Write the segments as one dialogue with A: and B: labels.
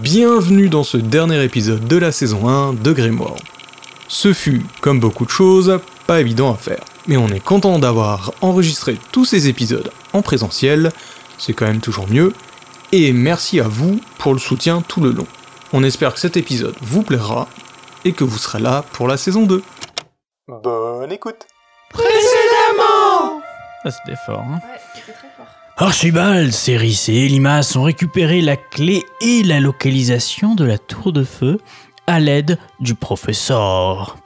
A: Bienvenue dans ce dernier épisode de la saison 1 de Grimoire. Ce fut, comme beaucoup de choses, pas évident à faire, mais on est content d'avoir enregistré tous ces épisodes en présentiel, c'est quand même toujours mieux, et merci à vous pour le soutien tout le long. On espère que cet épisode vous plaira et que vous serez là pour la saison 2. Bonne écoute
B: Ah, c'était fort. Hein.
C: Ouais, c'était très fort.
B: Archibald, Céris et Elimas ont récupéré la clé et la localisation de la tour de feu à l'aide du professeur.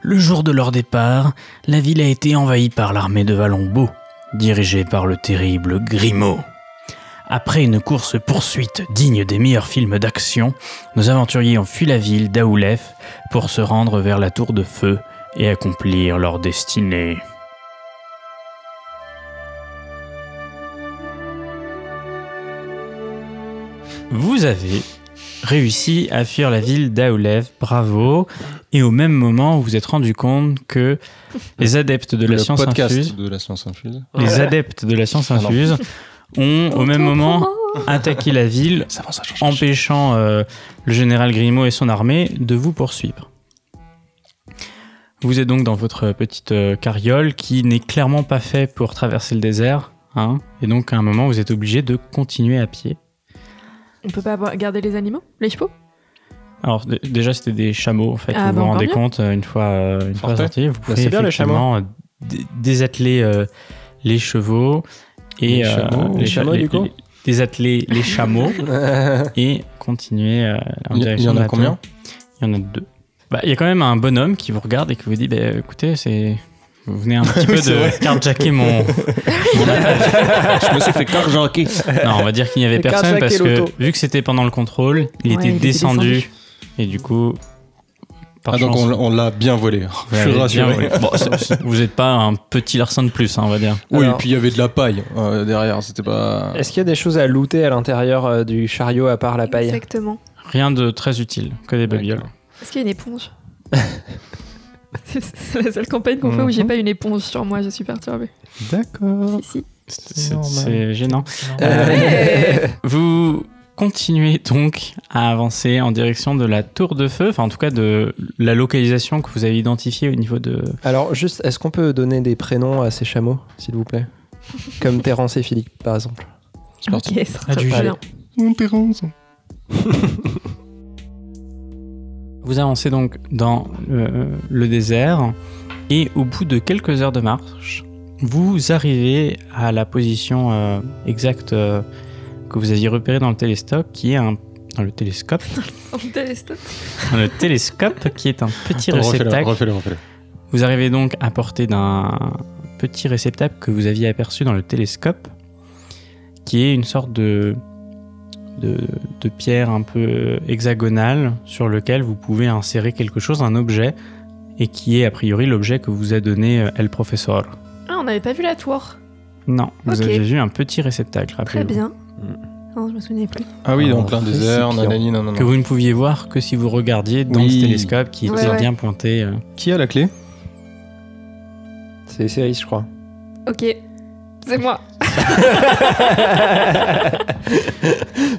B: Le jour de leur départ, la ville a été envahie par l'armée de Valombo, dirigée par le terrible Grimaud. Après une course-poursuite digne des meilleurs films d'action, nos aventuriers ont fui la ville d'Aoulef pour se rendre vers la tour de feu et accomplir leur destinée. Vous avez réussi à fuir la ville d'Aoulev, bravo. Et au même moment, vous vous êtes rendu compte que les adeptes de la
D: le
B: science
D: podcast
B: infuse,
D: de la science infuse.
B: les adeptes de la science infuse, ont au même moment attaqué la ville,
D: Ça va, ça change.
B: empêchant euh, le général Grimaud et son armée de vous poursuivre. Vous êtes donc dans votre petite euh, carriole qui n'est clairement pas faite pour traverser le désert. hein. et donc à un moment, vous êtes obligé de continuer à pied.
C: On peut pas avoir- garder les animaux Les chevaux
B: Alors d- déjà c'était des chameaux en fait,
C: Ah,
B: vous
C: bah,
B: vous
C: encore
B: rendez
C: mieux.
B: compte euh, une fois euh, une fois
D: Parfait.
B: sortis, vous pouvez
D: Bah, c'est bien, les
B: effectivement, euh, dé- désatteler euh, les chevaux et
D: Les
B: euh,
D: chameaux. Les chameaux,
B: les-
D: du coup
B: les- désatteler les chameaux et continuer euh, en
D: Il y- il y
B: direction
D: en
B: de
D: a
B: la
D: combien
B: tour. Il y en a deux. Bah, il y a quand même un bonhomme qui vous regarde et qui vous dit bah, écoutez c'est vous venez un petit peu
D: c'est
B: de
D: vrai.
B: carjacker mon
D: Je me suis fait carjacker.
B: non, on va dire qu'il n'y avait
E: Le
B: personne
E: carjack
B: parce
E: et
B: que
E: l'auto.
B: vu que c'était pendant le contrôle, il
C: Ouais,
B: était
C: il était
B: descendu,
C: descendu.
B: et du coup. Par
D: Ah, donc
B: chance,
D: on, on l'a bien volé.
B: vous
D: Je suis
B: avez bien
D: rassuré.
B: volé. Bon, c'est- c'est- vous n'êtes pas un petit larcin de plus, hein, on va dire.
D: Oui,
E: Alors-
D: et puis il y avait de la paille euh, derrière. C'était pas.
E: Est-ce qu'il y a des choses à looter à l'intérieur euh, du chariot à part la paille
C: Exactement.
B: Rien de très utile, que des babioles.
D: D'accord.
C: Est-ce qu'il y a une éponge C'est- C'est la seule campagne qu'on fait où j'ai pas une éponge sur moi, je suis perturbée.
E: D'accord.
C: Ici.
B: C'est-
E: C'est
B: C'est
E: normal.
B: c'est gênant.
E: Euh,
B: Vous continuez donc à avancer en direction de la tour de feu, enfin en tout cas de la localisation que vous avez identifiée au niveau de.
E: Alors, juste, est-ce qu'on peut donner des prénoms à ces chameaux, s'il vous plaît Comme Terence et Philippe, par exemple.
D: C'est parti.
C: Ok, ça sera
B: Ah, du
C: très
B: jeu.
C: bien.
B: Vous avancez donc dans euh, le désert et au bout de quelques heures de marche, vous arrivez à la position euh, exacte euh, que vous aviez repérée dans le télescope, qui est un dans le télescope,
C: On teste.
B: dans le télescope qui est un petit
D: Attends, refais-le,
B: réceptacle.
D: refais-le, refais-le.
B: Vous arrivez donc à portée d'un petit réceptacle que vous aviez aperçu dans le télescope, qui est une sorte de, de, de pierre un peu hexagonale sur lequel vous pouvez insérer quelque chose, un objet, et qui est a priori l'objet que vous a donné euh, El Professor.
C: Ah, on n'avait pas vu la tour.
B: Non, vous
C: Ok.
B: avez vu un petit réceptacle,
C: Très
B: rappelez-vous,
C: bien.
D: Mm.
C: Non, je me souvenais plus.
D: Ah oui,
E: Un
D: en plein désert,
E: récipient.
D: nanani, nanana.
B: que vous ne pouviez voir que si vous regardiez dans
D: Oui.
B: ce télescope qui était
C: Ouais, ouais.
B: bien pointé. euh.
D: Qui a la clé
E: C'est Céris, je crois.
C: Ok. C'est moi.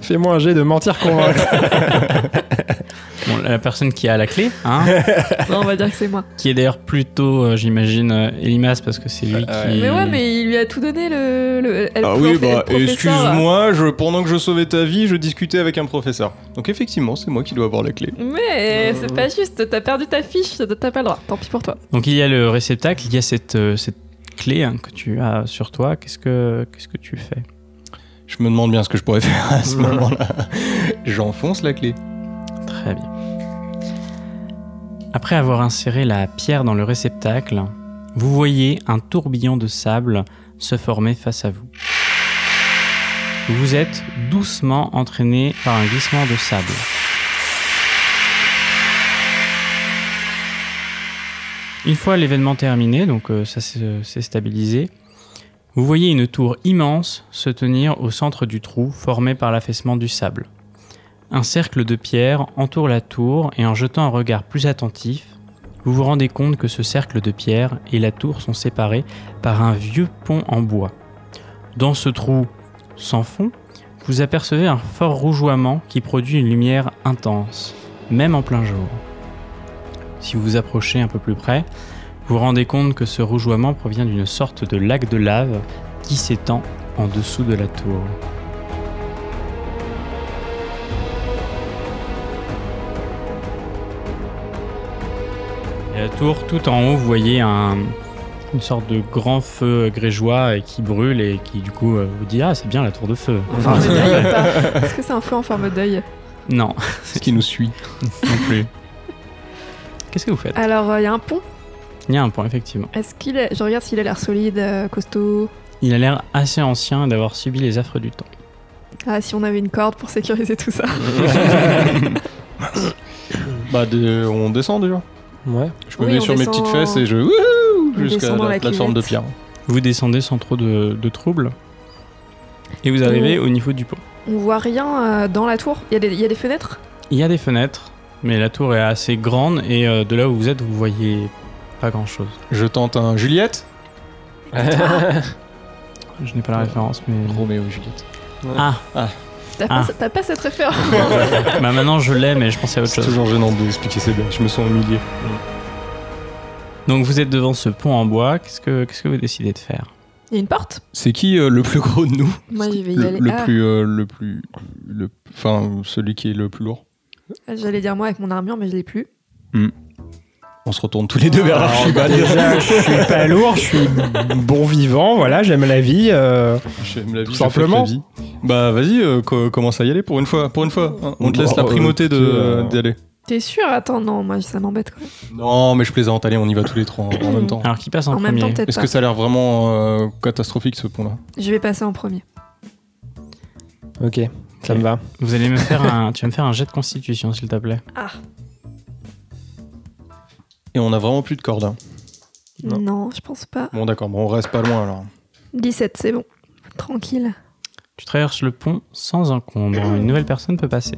E: Fais-moi un jet de mentir convaincre.
B: Bon, la personne qui a la clé, hein,
C: Non, on va dire que c'est moi.
B: qui est d'ailleurs plutôt, euh, j'imagine, euh, Elimas, parce que c'est lui
D: Ah ouais.
B: qui...
C: Mais ouais, mais il lui a tout donné le. le elle
D: Ah oui,
C: prof- elle
D: bah
C: professeur.
D: excuse-moi, je, pendant que je sauvais ta vie, je discutais avec un professeur. Donc effectivement, c'est moi qui dois avoir la clé.
C: Mais c'est
E: Euh.
C: pas juste, t'as perdu ta fiche, t'as pas le droit. Tant pis pour toi.
B: Donc il y a le réceptacle, il y a cette, euh, cette clé hein, que tu as sur toi. Qu'est-ce que qu'est-ce que tu fais
D: Je me demande bien ce que je pourrais faire à ce
E: Mhm.
D: moment-là. J'enfonce la clé.
B: Très bien. Après avoir inséré la pierre dans le réceptacle, vous voyez un tourbillon de sable se former face à vous. Vous êtes doucement entraîné par un glissement de sable. Une fois l'événement terminé, donc euh, ça s'est s'est stabilisé, vous voyez une tour immense se tenir au centre du trou formé par l'affaissement du sable. Un cercle de pierre entoure la tour et en jetant un regard plus attentif, vous vous rendez compte que ce cercle de pierre et la tour sont séparés par un vieux pont en bois. Dans ce trou sans fond, vous apercevez un fort rougeoiement qui produit une lumière intense, même en plein jour. Si vous vous approchez un peu plus près, vous vous rendez compte que ce rougeoiement provient d'une sorte de lac de lave qui s'étend en dessous de la tour. Et à la tour, tout en haut, vous voyez un- une sorte de grand feu grégeois euh, qui brûle et qui du coup euh, vous dit Ah, c'est bien la tour de feu.
C: Forme d'œil ou pas Est-ce que c'est un feu en forme d'œil
B: Non,
D: Ce qui nous suit.
B: non plus. Qu'est-ce que vous faites
C: Alors, il y a un pont.
B: Il y a un point, effectivement.
C: Est-ce qu'il est... Je regarde s'il a l'air solide, euh, costaud.
B: Il a l'air assez ancien d'avoir subi les affres du temps.
C: Ah, si on avait une corde pour sécuriser tout ça.
D: Bah, de- on descend déjà.
E: Ouais.
D: Je me
C: Oui,
D: mets
C: on
D: sur mes
C: descend-
D: petites fesses et je. Wouhou
C: On
D: Jusqu'à
C: descend dans
D: la,
C: la
D: plateforme de
C: cuvette.
D: pierre.
B: Vous descendez sans trop de, de troubles et vous
C: Oh.
B: arrivez au niveau du pont.
C: On voit rien euh, dans la tour. Il y, a des- il y a des fenêtres
B: Il y a des fenêtres, mais la tour est assez grande et euh, de là où vous êtes, vous voyez pas grand-chose.
D: Je tente un Juliette.
B: Je n'ai pas la référence, mais...
C: Oh.
D: Roméo et Juliette.
B: Ah,
C: T'as
B: Ah.
C: pas, t'as pas cette référence
B: bah maintenant je l'ai, mais je pensais à autre
D: C'est
B: chose.
D: toujours gênant d'expliquer ces blagues. Je me sens humilié.
B: Donc vous êtes devant ce pont en bois, qu'est-ce que, qu'est-ce que vous décidez de faire
C: Il y a une porte
D: C'est qui euh, le plus gros de nous
C: Moi, je vais y
D: le,
C: aller.
D: le
C: Ah,
D: plus, euh, le plus, le, enfin celui qui est le plus lourd.
C: ah, J'allais dire moi avec mon armure, mais je l'ai plus.
D: On se retourne tous les deux vers l'archibald.
F: Déjà, je suis pas lourd, je suis bon vivant, voilà, j'aime la vie. euh,
D: J'aime la vie.
F: Tout
D: je
F: simplement.
D: fête la vie. Bah vas-y, euh, co- commence à y aller pour une fois. Pour une fois, hein. on te laisse
F: Bon,
D: la primauté de-
F: euh,
D: d'y aller.
C: T'es sûr Attends, non, moi ça m'embête quoi.
D: Non, mais je plaisante. Allez, on y va tous les trois en, en même temps.
B: Alors qui passe en,
C: En même
B: premier
C: temps, peut-être
D: Est-ce
C: Ah, pas.
D: que ça a l'air vraiment euh, catastrophique ce pont-là
C: Je vais passer en premier.
E: Ok, ça me va.
B: Vous allez me faire un... tu vas me faire un jet de constitution, s'il te plaît.
C: Ah,
D: Et on a vraiment plus de cordes. hein.
C: non, je pense pas.
D: Bon, d'accord, bon, on reste pas loin alors.
C: 17, c'est bon. Tranquille.
B: Tu traverses le pont sans encombre, une nouvelle personne peut passer.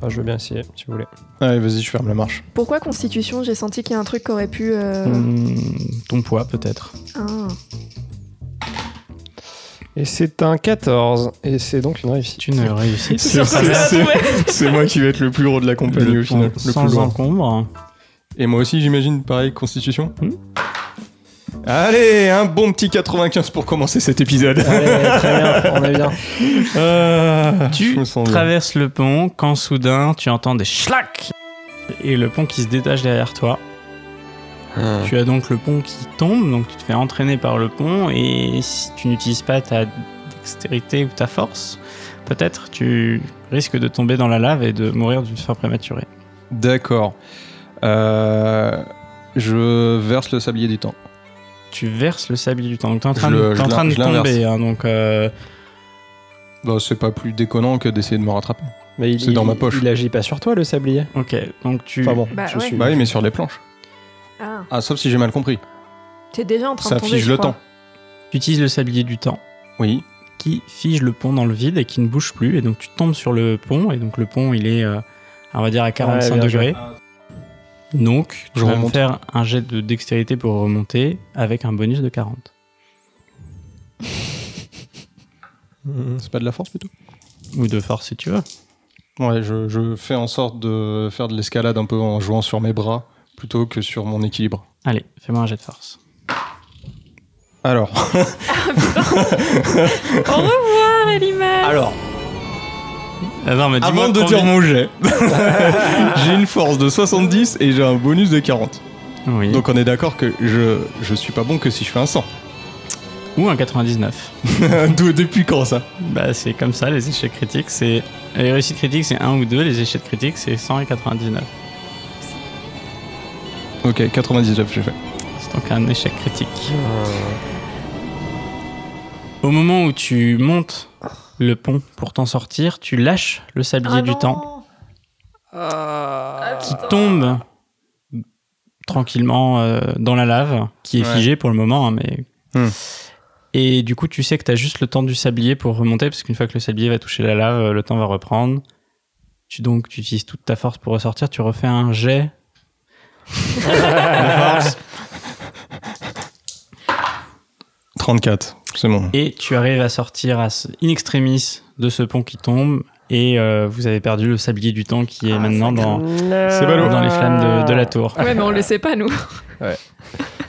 E: Bah, je veux bien essayer, si vous voulez.
D: Allez, vas-y, je ferme la marche.
C: Pourquoi Constitution J'ai senti qu'il y a un truc qui aurait pu. euh,
B: Hmm, ton poids peut-être.
C: hein.
E: Et c'est un 14, et c'est donc une réussite.
B: Tu ne réussis
C: sûr que ça va trouver.
D: c'est moi qui vais être le plus gros de la compagnie au final. Le
B: sans
D: plus lourd.
B: encombre.
D: Et moi aussi, j'imagine, pareil, constitution
B: Hmm.
D: Allez, un bon petit 95 pour commencer cet épisode.
E: Allez, très bien, on est bien.
D: Ah,
B: Tu
D: je me sens bien.
B: traverses le pont quand soudain tu entends des schlacs et le pont qui se détache derrière toi.
D: Ah.
B: Tu as donc le pont qui tombe, donc tu te fais entraîner par le pont et si tu n'utilises pas ta dextérité ou ta force, peut-être tu risques de tomber dans la lave et de mourir d'une fin prématurée.
D: D'accord. Euh, je verse le sablier du temps.
B: Tu verses le sablier du temps, donc t'es en train
D: Je
B: de,
D: le-
B: t'es en
D: je
B: train de
D: l'in- je l'inverse.
B: tomber, hein, donc euh,
D: Bah, c'est pas plus déconnant que d'essayer de me rattraper.
E: Mais il,
D: C'est dans ma
E: il-
D: poche.
E: Il agit pas sur toi, le sablier.
B: ok, donc tu...
E: Enfin bon,
C: Bah
E: je
C: ouais.
E: suis.
D: Bah oui, mais sur les planches.
C: Ah,
D: Ah, sauf si j'ai mal compris.
C: t'es déjà en train
D: Ça
C: de tomber.
D: fige
C: je
D: le
C: crois.
D: temps.
B: tu utilises le sablier du temps.
D: Oui.
B: qui fige le pont dans le vide et qui ne bouge plus. Et donc tu tombes sur le pont et donc le pont il est, euh, on va dire, à 45
E: bien joué.
B: degrés. Donc tu
D: Je
B: vas me
D: remonte.
B: faire un jet de dextérité pour remonter avec un bonus de 40.
E: Mhm.
D: C'est pas de la force plutôt
B: Ou de force si tu veux.
D: Ouais, je, je fais en sorte de faire de l'escalade un peu en jouant sur mes bras plutôt que sur mon équilibre.
B: Allez, fais-moi un jet de force.
D: Alors,
C: Au revoir, Elimas
D: Alors,
B: non, mais
D: avant de dire mon jet, j'ai une force de 70 et j'ai un bonus de 40.
B: Oui.
D: Donc on est d'accord que je, je suis pas bon que si je fais un 100.
B: Ou un 99.
D: D'où- Depuis quand ça
B: Bah c'est comme ça, les échecs critiques, c'est... Les réussites critiques c'est 1 ou 2, les échecs critiques c'est 100 et 99.
D: Ok, 99 j'ai fait.
B: C'est donc un échec critique.
E: Euh,
B: Au moment où tu montes le pont pour t'en sortir, tu lâches le sablier
C: Ah
B: du
C: non.
B: temps qui tombe tranquillement euh, dans la lave, qui est
D: Ouais.
B: figée pour le moment, hein, mais.
D: Hmm.
B: Et du coup, tu sais que tu as juste le temps du sablier pour remonter, parce qu'une fois que le sablier va toucher la lave, euh, le temps va reprendre. Tu donc, tu utilises toute ta force pour ressortir, tu refais un jet. de force,
D: 34, c'est bon.
B: et tu arrives à sortir à ce- in extremis de ce pont qui tombe et euh, vous avez perdu le sablier du temps qui est
C: Ah,
B: maintenant dans,
E: Euh,
G: C'est
B: dans les flammes de, de la tour.
C: Ouais, mais on le sait pas, nous.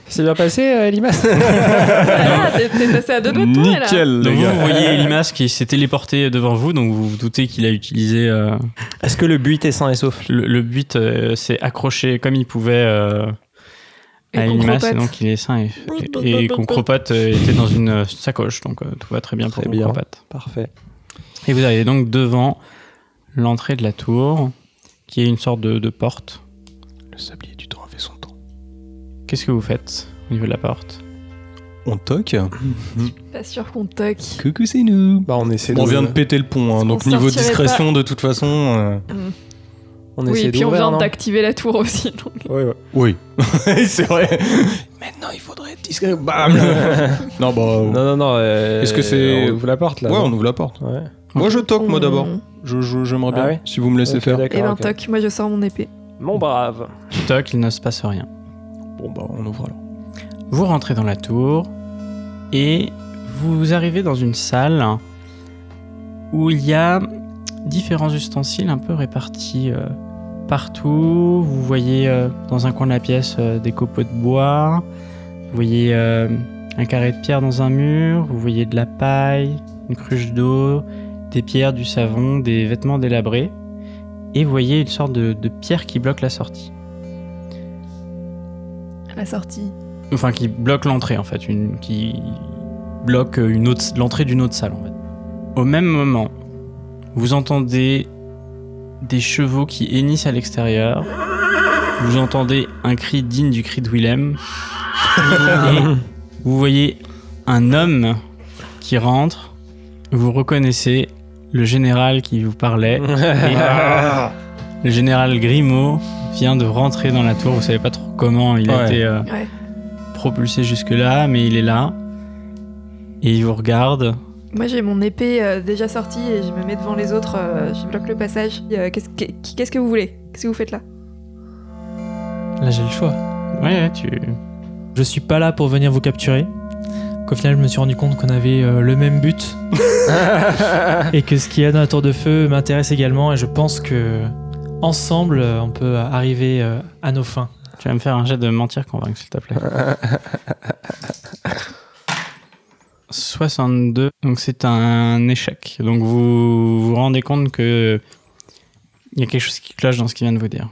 E: C'est bien passé, euh, Elimas
C: Ah, t'es t'es passé à deux doigts de toi, là.
D: Nickel,
B: Donc
D: les
B: vous,
D: gars.
B: vous voyez Elimas qui s'est téléporté devant vous, donc vous vous doutez qu'il a utilisé euh,
E: Est-ce que le but est sain et sauf
B: le, le but, euh, c'est accroché comme il pouvait euh,
C: Et
B: à
C: qu'on
B: Elimas,
C: cropote.
B: et donc il est sain. Et, et, et qu'on cropote, euh, était dans une euh, sacoche, donc euh, tout va très bien pour
E: Très
B: qu'on
E: bien.
B: cropote.
E: Parfait.
B: Et vous arrivez donc devant l'entrée de la tour, qui est une sorte de, de porte.
D: Le sablier du temps a fait son temps.
B: Qu'est-ce que vous faites au niveau de la porte
D: On toque.
C: Pas sûr qu'on toque.
D: Coucou, c'est nous.
E: Bah, on essaie
D: On
E: de-
D: vient de péter le pont, hein,
C: Est-ce
D: donc
C: qu'on
D: niveau
C: sortirait
D: discrétion, de toute façon. euh,
E: on
C: Oui,
E: essaie
C: et puis on
E: d'ouvrir,
C: vient
E: non
C: d'activer la tour aussi. donc.
G: Ouais, ouais.
D: Oui. c'est vrai. Maintenant, il faudrait être discret. Bam Non, bah. euh,
E: Non, non, non. euh,
D: Est-ce que c'est-
E: On ouvre la porte là
D: ouais,
E: non
D: on ouvre la porte.
E: Ouais.
D: Moi, je toque, moi, d'abord.
C: Mm.
D: Je- je- J'aimerais bien,
E: Ah ouais
D: si vous me laissez
E: Ok,
D: faire.
E: d'accord,
C: Eh ben,
E: ok.
C: toc, moi je sors mon épée.
E: Mon brave.
B: Tu toques, il ne se passe rien.
D: Bon, bah, on ouvre alors.
B: Vous rentrez dans la tour et vous arrivez dans une salle où il y a différents ustensiles un peu répartis euh, partout. Vous voyez euh, dans un coin de la pièce euh, des copeaux de bois, vous voyez euh, un carré de pierre dans un mur, vous voyez de la paille, une cruche d'eau, des pierres, du savon, des vêtements délabrés et vous voyez une sorte de- de pierre qui bloque la sortie.
C: À la sortie.
B: enfin qui bloque l'entrée en fait, une qui bloque euh, une autre l'entrée d'une autre salle en fait. Au même moment, vous entendez des chevaux qui hennissent à l'extérieur. Vous entendez un cri digne du cri de Willem. Et vous voyez un homme qui rentre. Vous reconnaissez le général qui vous parlait. Et le général Grimaud vient de rentrer dans la tour. Vous savez pas trop comment il a
D: Ouais.
B: été. euh,
C: Ouais.
B: propulsé jusque-là, mais il est là. Et il vous regarde.
C: Moi j'ai mon épée euh, déjà sortie et je me mets devant les autres, euh, je bloque le passage. Euh, Qu'est-ce qu'est- qu'est-ce que vous voulez Qu'est-ce que vous faites là
H: Là, j'ai le choix.
B: Ouais, ouais, tu.
H: Je suis pas là pour venir vous capturer. Qu'au final, je me suis rendu compte qu'on avait euh, le même but. et que ce qu'il y a dans la tour de feu m'intéresse également. Et je pense que ensemble, euh, on peut arriver euh, à nos fins.
B: Tu vas me faire un jet de mentir convaincre, s'il te plaît. 62, donc c'est un échec. Donc vous vous rendez compte que il y a quelque chose qui cloche dans ce qu'il vient de vous dire.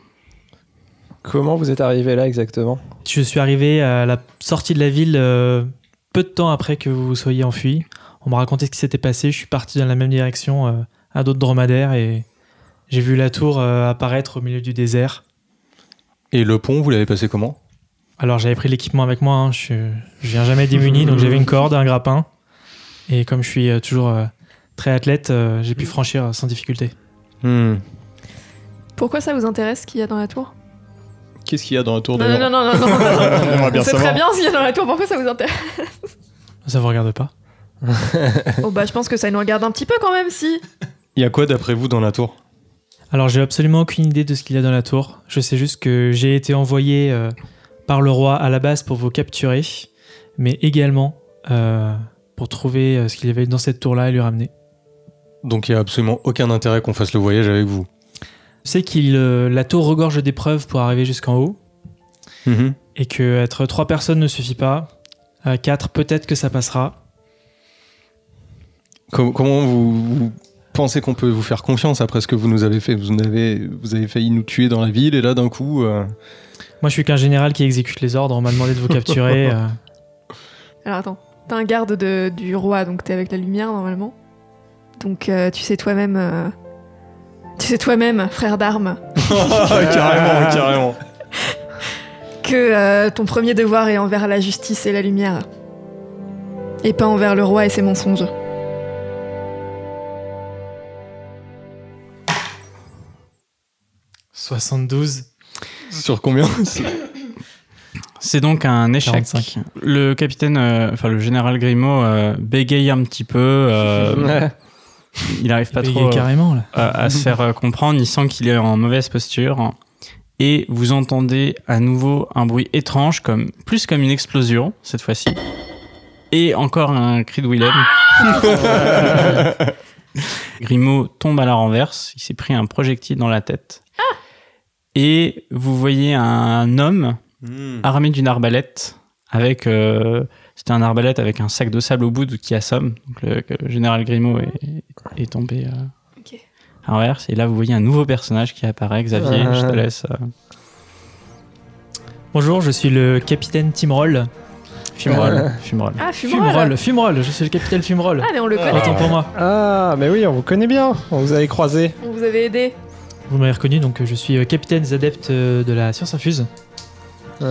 E: Comment vous êtes arrivé là exactement
H: Je suis arrivé à la sortie de la ville euh, peu de temps après que vous vous soyez enfui. On m'a raconté ce qui s'était passé. Je suis parti dans la même direction euh, à d'autres dromadaires et j'ai vu la tour euh, apparaître au milieu du désert.
D: Et le pont, vous l'avez passé comment
H: Alors j'avais pris l'équipement avec moi, hein. je, suis- je viens jamais démuni, donc j'avais une corde, un grappin. Et comme je suis euh, toujours euh, très athlète, euh, j'ai pu franchir euh, sans difficulté.
D: Hmm.
C: Pourquoi ça vous intéresse ce qu'il y a dans la tour
D: Qu'est-ce qu'il y a dans la tour
C: Non,
D: de
C: non, non, non, non, non, non.
D: J'aimerais bien
C: C'est
D: savoir.
C: très bien ce qu'il y a dans la tour, pourquoi ça vous intéresse
H: Ça vous regarde pas
C: Oh bah je pense que ça nous regarde un petit peu quand même si
D: Il y a quoi d'après vous dans la tour
H: Alors j'ai absolument aucune idée de ce qu'il y a dans la tour. Je sais juste que j'ai été envoyé euh, par le roi à la base pour vous capturer, mais également euh, pour trouver euh, ce qu'il y avait dans cette tour-là et lui ramener.
D: Donc il y a absolument aucun intérêt qu'on fasse le voyage avec vous.
H: Je sais qu'il euh, la tour regorge d'épreuves pour arriver jusqu'en haut. et que être trois personnes ne suffit pas. À quatre, peut-être que ça passera.
D: Com- comment vous, vous pensez qu'on peut vous faire confiance après ce que vous nous avez fait vous, en avez, vous avez failli nous tuer dans la ville et là d'un coup... euh,
H: Moi, je suis qu'un général qui exécute les ordres. On m'a demandé de vous capturer. euh.
C: Alors attends, t'es un garde de- du roi, donc t'es avec la lumière normalement. Donc euh, tu sais toi-même... euh, Tu sais toi-même, frère d'armes,
D: carrément, carrément.
C: que euh, ton premier devoir est envers la justice et la lumière. Et pas envers le roi et ses mensonges.
D: Sur combien
B: C'est donc un échec.
H: 45.
B: Le capitaine, euh, enfin le général Grimaud euh, bégaye un petit peu. euh, il arrive pas
H: Il est
B: trop. euh,
H: carrément, là.
B: à, à se faire euh, comprendre. Il sent qu'il est en mauvaise posture. Et vous entendez à nouveau un bruit étrange, comme, plus comme une explosion, cette fois-ci. Et encore un cri de Willem. Grimaud tombe à la renverse, il s'est pris un projectile dans la tête. Et vous voyez un homme
C: Mm.
B: armé d'une arbalète avec euh, c'était un arbalète avec un sac de sable au bout qui assomme. Donc le, que le général Grimaud est, est tombé euh,
C: Ok.
B: à renverse. Et là, vous voyez un nouveau personnage qui apparaît. Xavier, je te laisse. euh,
H: Bonjour, je suis le capitaine Timroll.
B: Fumerole. Fumerole.
C: Ah, fumeral.
H: Fumerol, Fumerol, je suis le capitaine Fumerol.
C: Ah, mais on le connaît.
H: Autant pour moi.
G: Ah, mais oui, on vous connaît bien. On vous avait croisé.
C: On vous avait aidé.
H: Vous m'avez reconnu, donc euh, je suis euh, capitaine des adeptes euh, de la science infuse.
G: Ouais.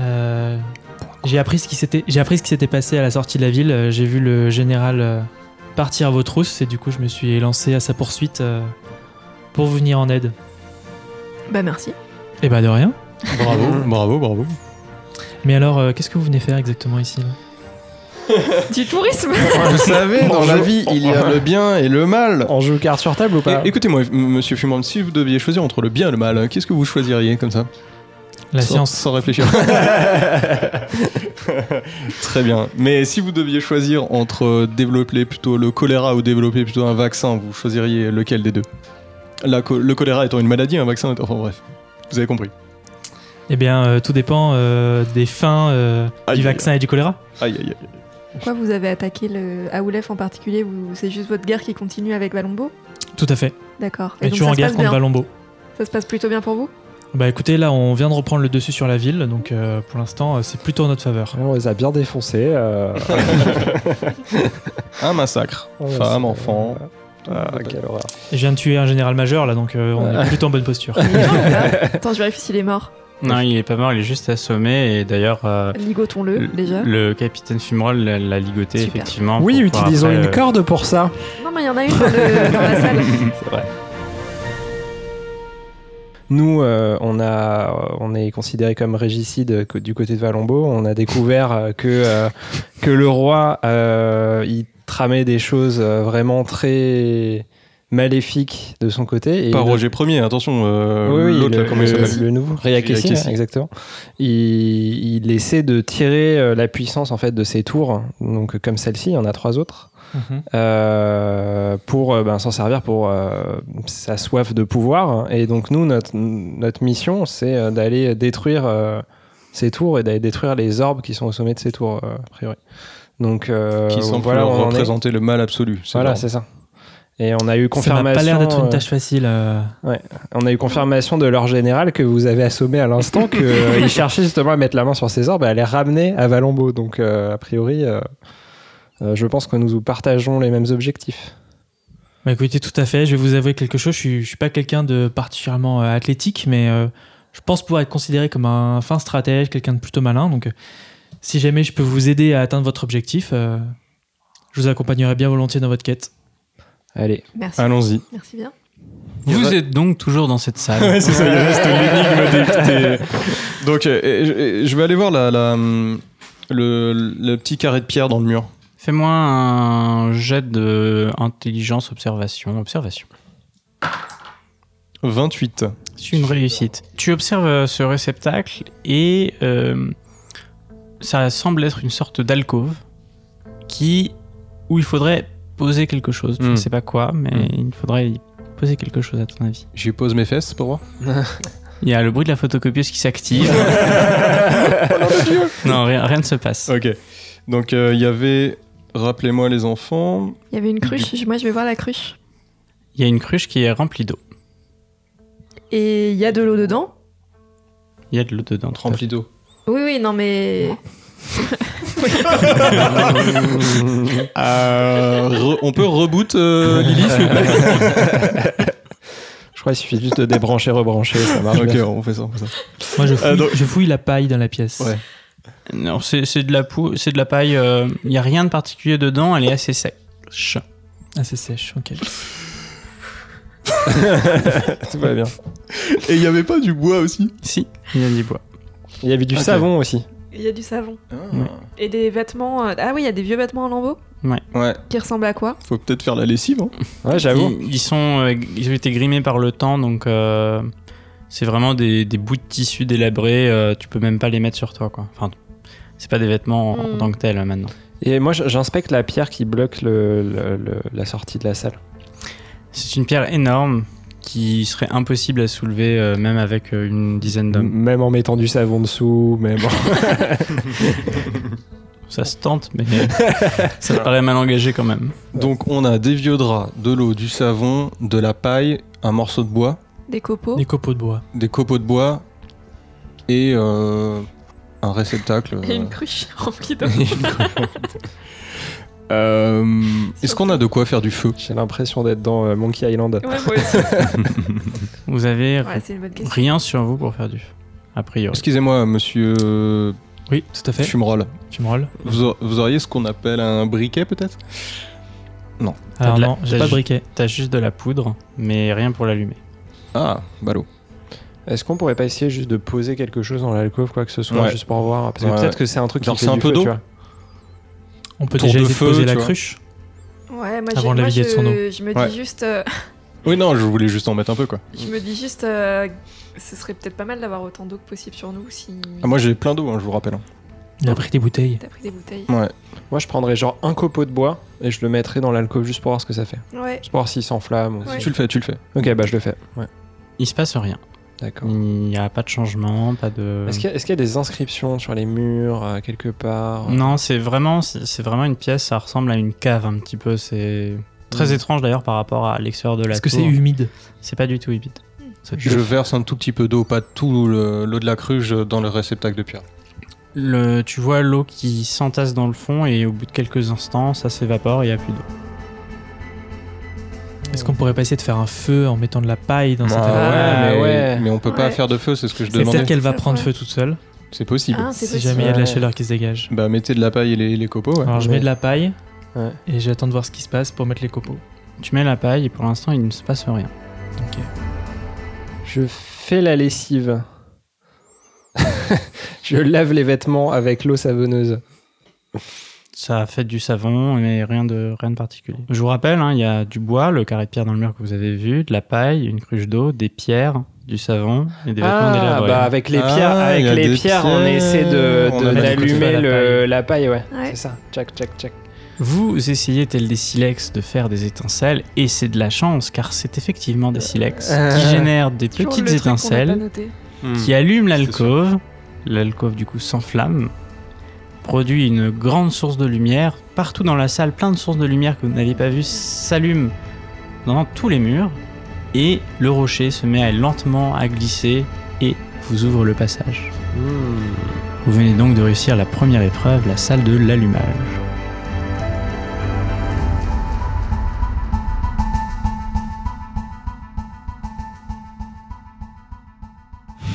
H: Euh, j'ai appris ce qui s'était, j'ai appris ce qui s'était passé à la sortie de la ville. euh, J'ai vu le général euh, partir à vos trousses et du coup je me suis lancé à sa poursuite euh, pour vous venir en aide.
C: Bah, merci.
H: Et bah de rien.
D: Ah, Bravo, bravo, bravo.
H: Mais alors, euh, qu'est-ce que vous venez faire exactement ici là
C: Du tourisme.
D: Vous savez, dans la vie, il y a le bien et le mal.
G: On joue carte sur table ou pas
D: É- Écoutez-moi, m- monsieur Fumant, si vous deviez choisir entre le bien et le mal, hein, qu'est-ce que vous choisiriez comme ça
H: La
D: Sans-
H: science.
D: Sans réfléchir. Très bien. Mais si vous deviez choisir entre euh, développer plutôt le choléra ou développer plutôt un vaccin, vous choisiriez lequel des deux La cho- Le choléra étant une maladie, un vaccin étant. Enfin bref, vous avez compris.
H: Eh bien, euh, tout dépend euh, des fins euh,
D: Aïe.
H: du vaccin et du choléra.
D: Aïe aïe aïe.
C: Pourquoi vous avez attaqué le Aoulef en particulier vous... C'est juste votre guerre qui continue avec Valombo
H: Tout à fait.
C: D'accord.
H: Et,
C: donc,
H: toujours
C: ça
H: en
C: se
H: guerre
C: passe
H: contre
C: bien.
H: Valombo.
C: Ça se passe plutôt bien pour vous
H: Bah écoutez, là on vient de reprendre le dessus sur la ville, donc euh, pour l'instant euh, c'est plutôt en notre faveur.
G: On les a bien défoncés. euh,
D: Un massacre.
G: Ouais,
D: Femmes,
G: c'est-
D: enfants.
G: ah, quelle horreur.
H: Et Je viens de tuer un général majeur là, donc euh, on est plutôt en bonne posture.
C: Il est mort ou pas Attends, je vérifie s'il est mort.
B: Non, il est pas mort, il est juste assommé. Et d'ailleurs, euh,
C: Ligotons-le déjà.
B: le capitaine Fumerole l'a- l'a ligoté,
C: Super.
B: effectivement.
G: Oui,
B: pour
G: utilisons
B: pouvoir
G: une
B: après, euh,
G: corde pour ça.
C: Non, mais il y en a une dans, le- dans la salle.
E: Nous, euh, on, a, euh, on est considéré comme régicide euh, co- du côté de Valombo. On a découvert euh, que, euh, que le roi, euh, il tramait des choses euh, vraiment très maléfiques de son côté. Et
D: Pas
E: il-
D: Roger Premier, attention. euh,
E: Oui, oui,
D: L'autre,
E: le,
D: là, comment il
E: le-
D: s'appelle
E: le nouveau Ryakessi,
D: Ryakessi.
E: exactement. Il, il essaie de tirer euh, la puissance en fait de ses tours, donc euh, comme celle-ci, il y en a trois autres,
H: Mhm.
E: euh, pour euh, ben, s'en servir pour euh, sa soif de pouvoir. Et donc nous, notre, notre mission, c'est euh, d'aller détruire euh, ces tours et d'aller détruire les orbes qui sont au sommet de ces tours, euh, a priori. Donc euh,
D: Qui semble
E: voilà, on en est.
D: représenter le mal absolu. c'est
E: Voilà,
D: genre.
E: c'est ça. Et on a eu
H: Ça
E: confirmation.
H: n'a pas l'air d'être
E: euh,
H: une tâche facile. euh.
E: on a eu confirmation de leur général que vous avez assommé à l'instant qu'il cherchait justement à mettre la main sur ses orbes et à les ramener à Valombo. Donc, euh, a priori, euh, euh, je pense que nous partageons les mêmes objectifs.
H: Bah écoutez, tout à fait, je vais vous avouer quelque chose, je suis, je suis pas quelqu'un de particulièrement euh, athlétique, mais euh, je pense pouvoir être considéré comme un fin stratège, quelqu'un de plutôt malin, donc euh, si jamais je peux vous aider à atteindre votre objectif, euh, je vous accompagnerai bien volontiers dans votre quête.
E: Allez,
C: Merci.
D: Allons-y.
C: Merci bien.
B: Vous êtes donc toujours dans cette salle.
D: Ouais, c'est ça, il reste l'énigme des- des- Donc, euh, euh, je- euh, je vais aller voir la, la, hum, le, le petit carré de pierre dans le mur.
B: Fais-moi un jet de euh, intelligence observation. Observation.
D: 28.
B: C'est une réussite. Tu observes euh, ce réceptacle et euh, ça semble être une sorte d'alcôve qui où il faudrait poser quelque chose. Je
D: Mm.
B: ne sais pas quoi, mais
D: Mm.
B: il faudrait y poser quelque chose à ton avis.
D: J'y pose mes fesses pour voir.
B: Il y a le bruit de la photocopieuse qui s'active. non, rien, rien ne se passe.
D: Ok. Donc, euh, il y avait. Rappelez-moi les enfants.
C: Il y avait une cruche. Je- Moi, je vais voir la cruche.
B: Il y a une cruche qui est remplie d'eau.
C: Et il y a de l'eau dedans
B: Il y a de l'eau dedans.
D: Rempli d'eau.
C: Oui, oui, non, mais.
D: Euh, re- on peut reboot euh, Lily, s'il vous plaît
E: je crois qu'il suffit juste de débrancher, rebrancher, ça marche
D: Ah, Ok,
E: bien.
D: on fait ça. on fait ça.
H: Moi je fouille,
D: Ah, donc-
H: je fouille la paille dans la pièce.
D: Ouais.
B: Non, c'est c'est de la pou- c'est de la paille. euh, Il y a rien de particulier dedans. Elle est assez sèche.
H: Ah c'est sèche, ok.
E: Tout va bien.
D: Et il n'y avait pas du bois aussi
B: Si, il y a du bois.
E: Il y avait du
D: Ok.
E: savon aussi.
C: Il y a du savon.
D: Ah.
C: Et des vêtements. euh, Ah oui, il y a des vieux vêtements en lambeaux
D: Ouais,
C: qui ressemblent à quoi
D: faut peut-être faire la lessive. hein.
E: Ouais, j'avoue.
B: Ils, ils sont, euh, ils ont été grimés par le temps, donc euh, c'est vraiment des, des bouts de tissu délabrés. euh, tu peux même pas les mettre sur toi, quoi. Enfin, c'est pas des vêtements en, en
C: Mm.
B: tant que tels euh, maintenant.
E: Et moi, je- j'inspecte la pierre qui bloque le- le- le- la sortie de la salle.
B: C'est une pierre énorme qui serait impossible à soulever euh, même avec euh, une dizaine d'hommes.
E: Même en mettant du savon dessous, même en-
B: Ça se tente, mais ça me paraît mal engagé quand même.
D: Donc on a des vieux draps, de l'eau, du savon, de la paille, un morceau de bois,
C: Des copeaux.
H: Des copeaux de bois.
D: des copeaux de bois et euh, un réceptacle.
C: Et une cruche remplie d'eau.
D: Euh, Est-ce qu'on a de quoi faire du feu
E: J'ai l'impression d'être dans euh, Monkey Island.
C: Ouais, moi aussi.
B: Vous avez
C: Ouais, c'est une bonne question.
B: rien sur vous pour faire du feu, a priori.
D: Excusez-moi, monsieur euh,
H: Oui, tout à fait.
D: Fumerol.
H: Tu me rôles.
D: Vous, aur- vous auriez ce qu'on appelle un briquet peut-être
H: Alors
B: de la-
H: non, j'ai
B: t'as
H: pas de
B: ju-
H: briquet.
B: T'as juste de la poudre, mais rien pour l'allumer.
D: Ah, ballot.
E: Est-ce qu'on pourrait pas essayer juste de poser quelque chose dans l'alcôve, quoi que ce soit,
D: Ouais.
E: juste pour voir Parce que
D: Ouais.
E: peut-être que c'est un truc
D: Genre,
E: qui fait
D: c'est un
E: du
D: peu
E: feu,
D: d'eau.
E: tu vois.
H: On peut
D: Tour
H: déjà
D: de
H: essayer de
D: feu,
H: poser la
D: tu vois.
H: cruche.
C: Ouais, moi,
H: Avant
C: j'ai-
H: de la
C: moi,
H: vider de son
C: je, je me dis
D: Ouais.
C: juste, euh,
D: Oui, non, je voulais juste en mettre un peu quoi.
C: je me dis juste, euh, ce serait peut-être pas mal d'avoir autant d'eau que possible sur nous si
D: Ah, moi j'ai plein d'eau, hein, je vous rappelle. hein.
H: Il a pris des bouteilles.
C: t'as pris des bouteilles.
E: Moi, je prendrais genre un copeau de bois et je le mettrais dans l'alcôve juste pour voir ce que ça fait.
C: Ouais.
E: Juste pour voir s'il s'enflamme. ou si-
C: Ouais.
D: Tu le fais, tu le fais.
E: Ok, bah je le fais. Ouais,
B: Il se passe rien.
E: d'accord.
B: Il n'y a pas de changement, pas de.
E: Est-ce qu'il y, a- est-ce qu'il y a des inscriptions sur les murs, euh, quelque part
B: Non, c'est vraiment, c'est c'est vraiment une pièce. Ça ressemble à une cave un petit peu. C'est très
E: Mm.
B: étrange d'ailleurs par rapport à l'extérieur de la
H: Mmh. Est-ce que
B: tour.
H: c'est humide
B: C'est pas du tout humide.
D: Je verse un tout petit peu d'eau, pas tout le- l'eau de la cruche dans le réceptacle de pierre.
B: Le, tu vois l'eau qui s'entasse dans le fond et au bout de quelques instants, ça s'évapore et il n'y a plus d'eau.
H: Est-ce qu'on pourrait pas essayer de faire un feu en mettant de la paille dans cette
E: Ah ouais,
D: mais,
E: mais ouais.
D: mais on peut pas
C: Ouais.
D: faire de feu, c'est ce que je
H: C'est
D: demandais.
H: peut-être qu'elle va prendre
C: Ouais.
H: feu toute seule
D: C'est possible.
C: Ah, c'est
H: si
C: possible.
H: jamais il y a de la
E: Ouais.
H: chaleur qui se dégage.
D: Bah mettez de la paille et les, les copeaux, ouais.
B: Ah.
H: Alors je
E: Ouais.
H: mets de la paille
E: Ouais.
H: et j'attends de voir ce qui se passe pour mettre les copeaux.
B: Tu mets la paille et pour l'instant, il ne se passe rien.
E: Je fais la lessive. je lave les vêtements avec l'eau savonneuse.
B: Ça a fait du savon, mais rien de, rien de particulier. Je vous rappelle, hein, il y a du bois, le carré de pierre dans le mur que vous avez vu, de la paille, une cruche d'eau, des pierres, du savon et des vêtements
E: Ah,
B: délabrés.
E: bah avec les
D: Ah,
E: pierres, avec
D: il y a
E: les
D: des
E: pierres, on
D: pierres.
E: essaie de,
D: On
E: de-
D: a mis
E: d'allumer
H: du feu à la
E: le- la paille, ouais.
C: Ouais.
E: C'est ça. Tchac, tchac, tchac.
B: Vous essayez, tel des silex, de faire des étincelles, et c'est de la chance, car c'est effectivement des silex
E: Euh.
B: qui génèrent des
C: Toujours
B: petites
C: le truc qu'on n'a pas
B: étincelles
C: noté.
B: qui allument
D: C'est
B: l'alcôve. L'alcôve, du coup, s'enflamme, produit une grande source de lumière. Partout dans la salle, plein de sources de lumière que vous n'aviez pas vues s'allument dans tous les murs, et le rocher se met à lentement à glisser et vous ouvre le passage. Vous venez donc de réussir la première épreuve, la salle de l'allumage.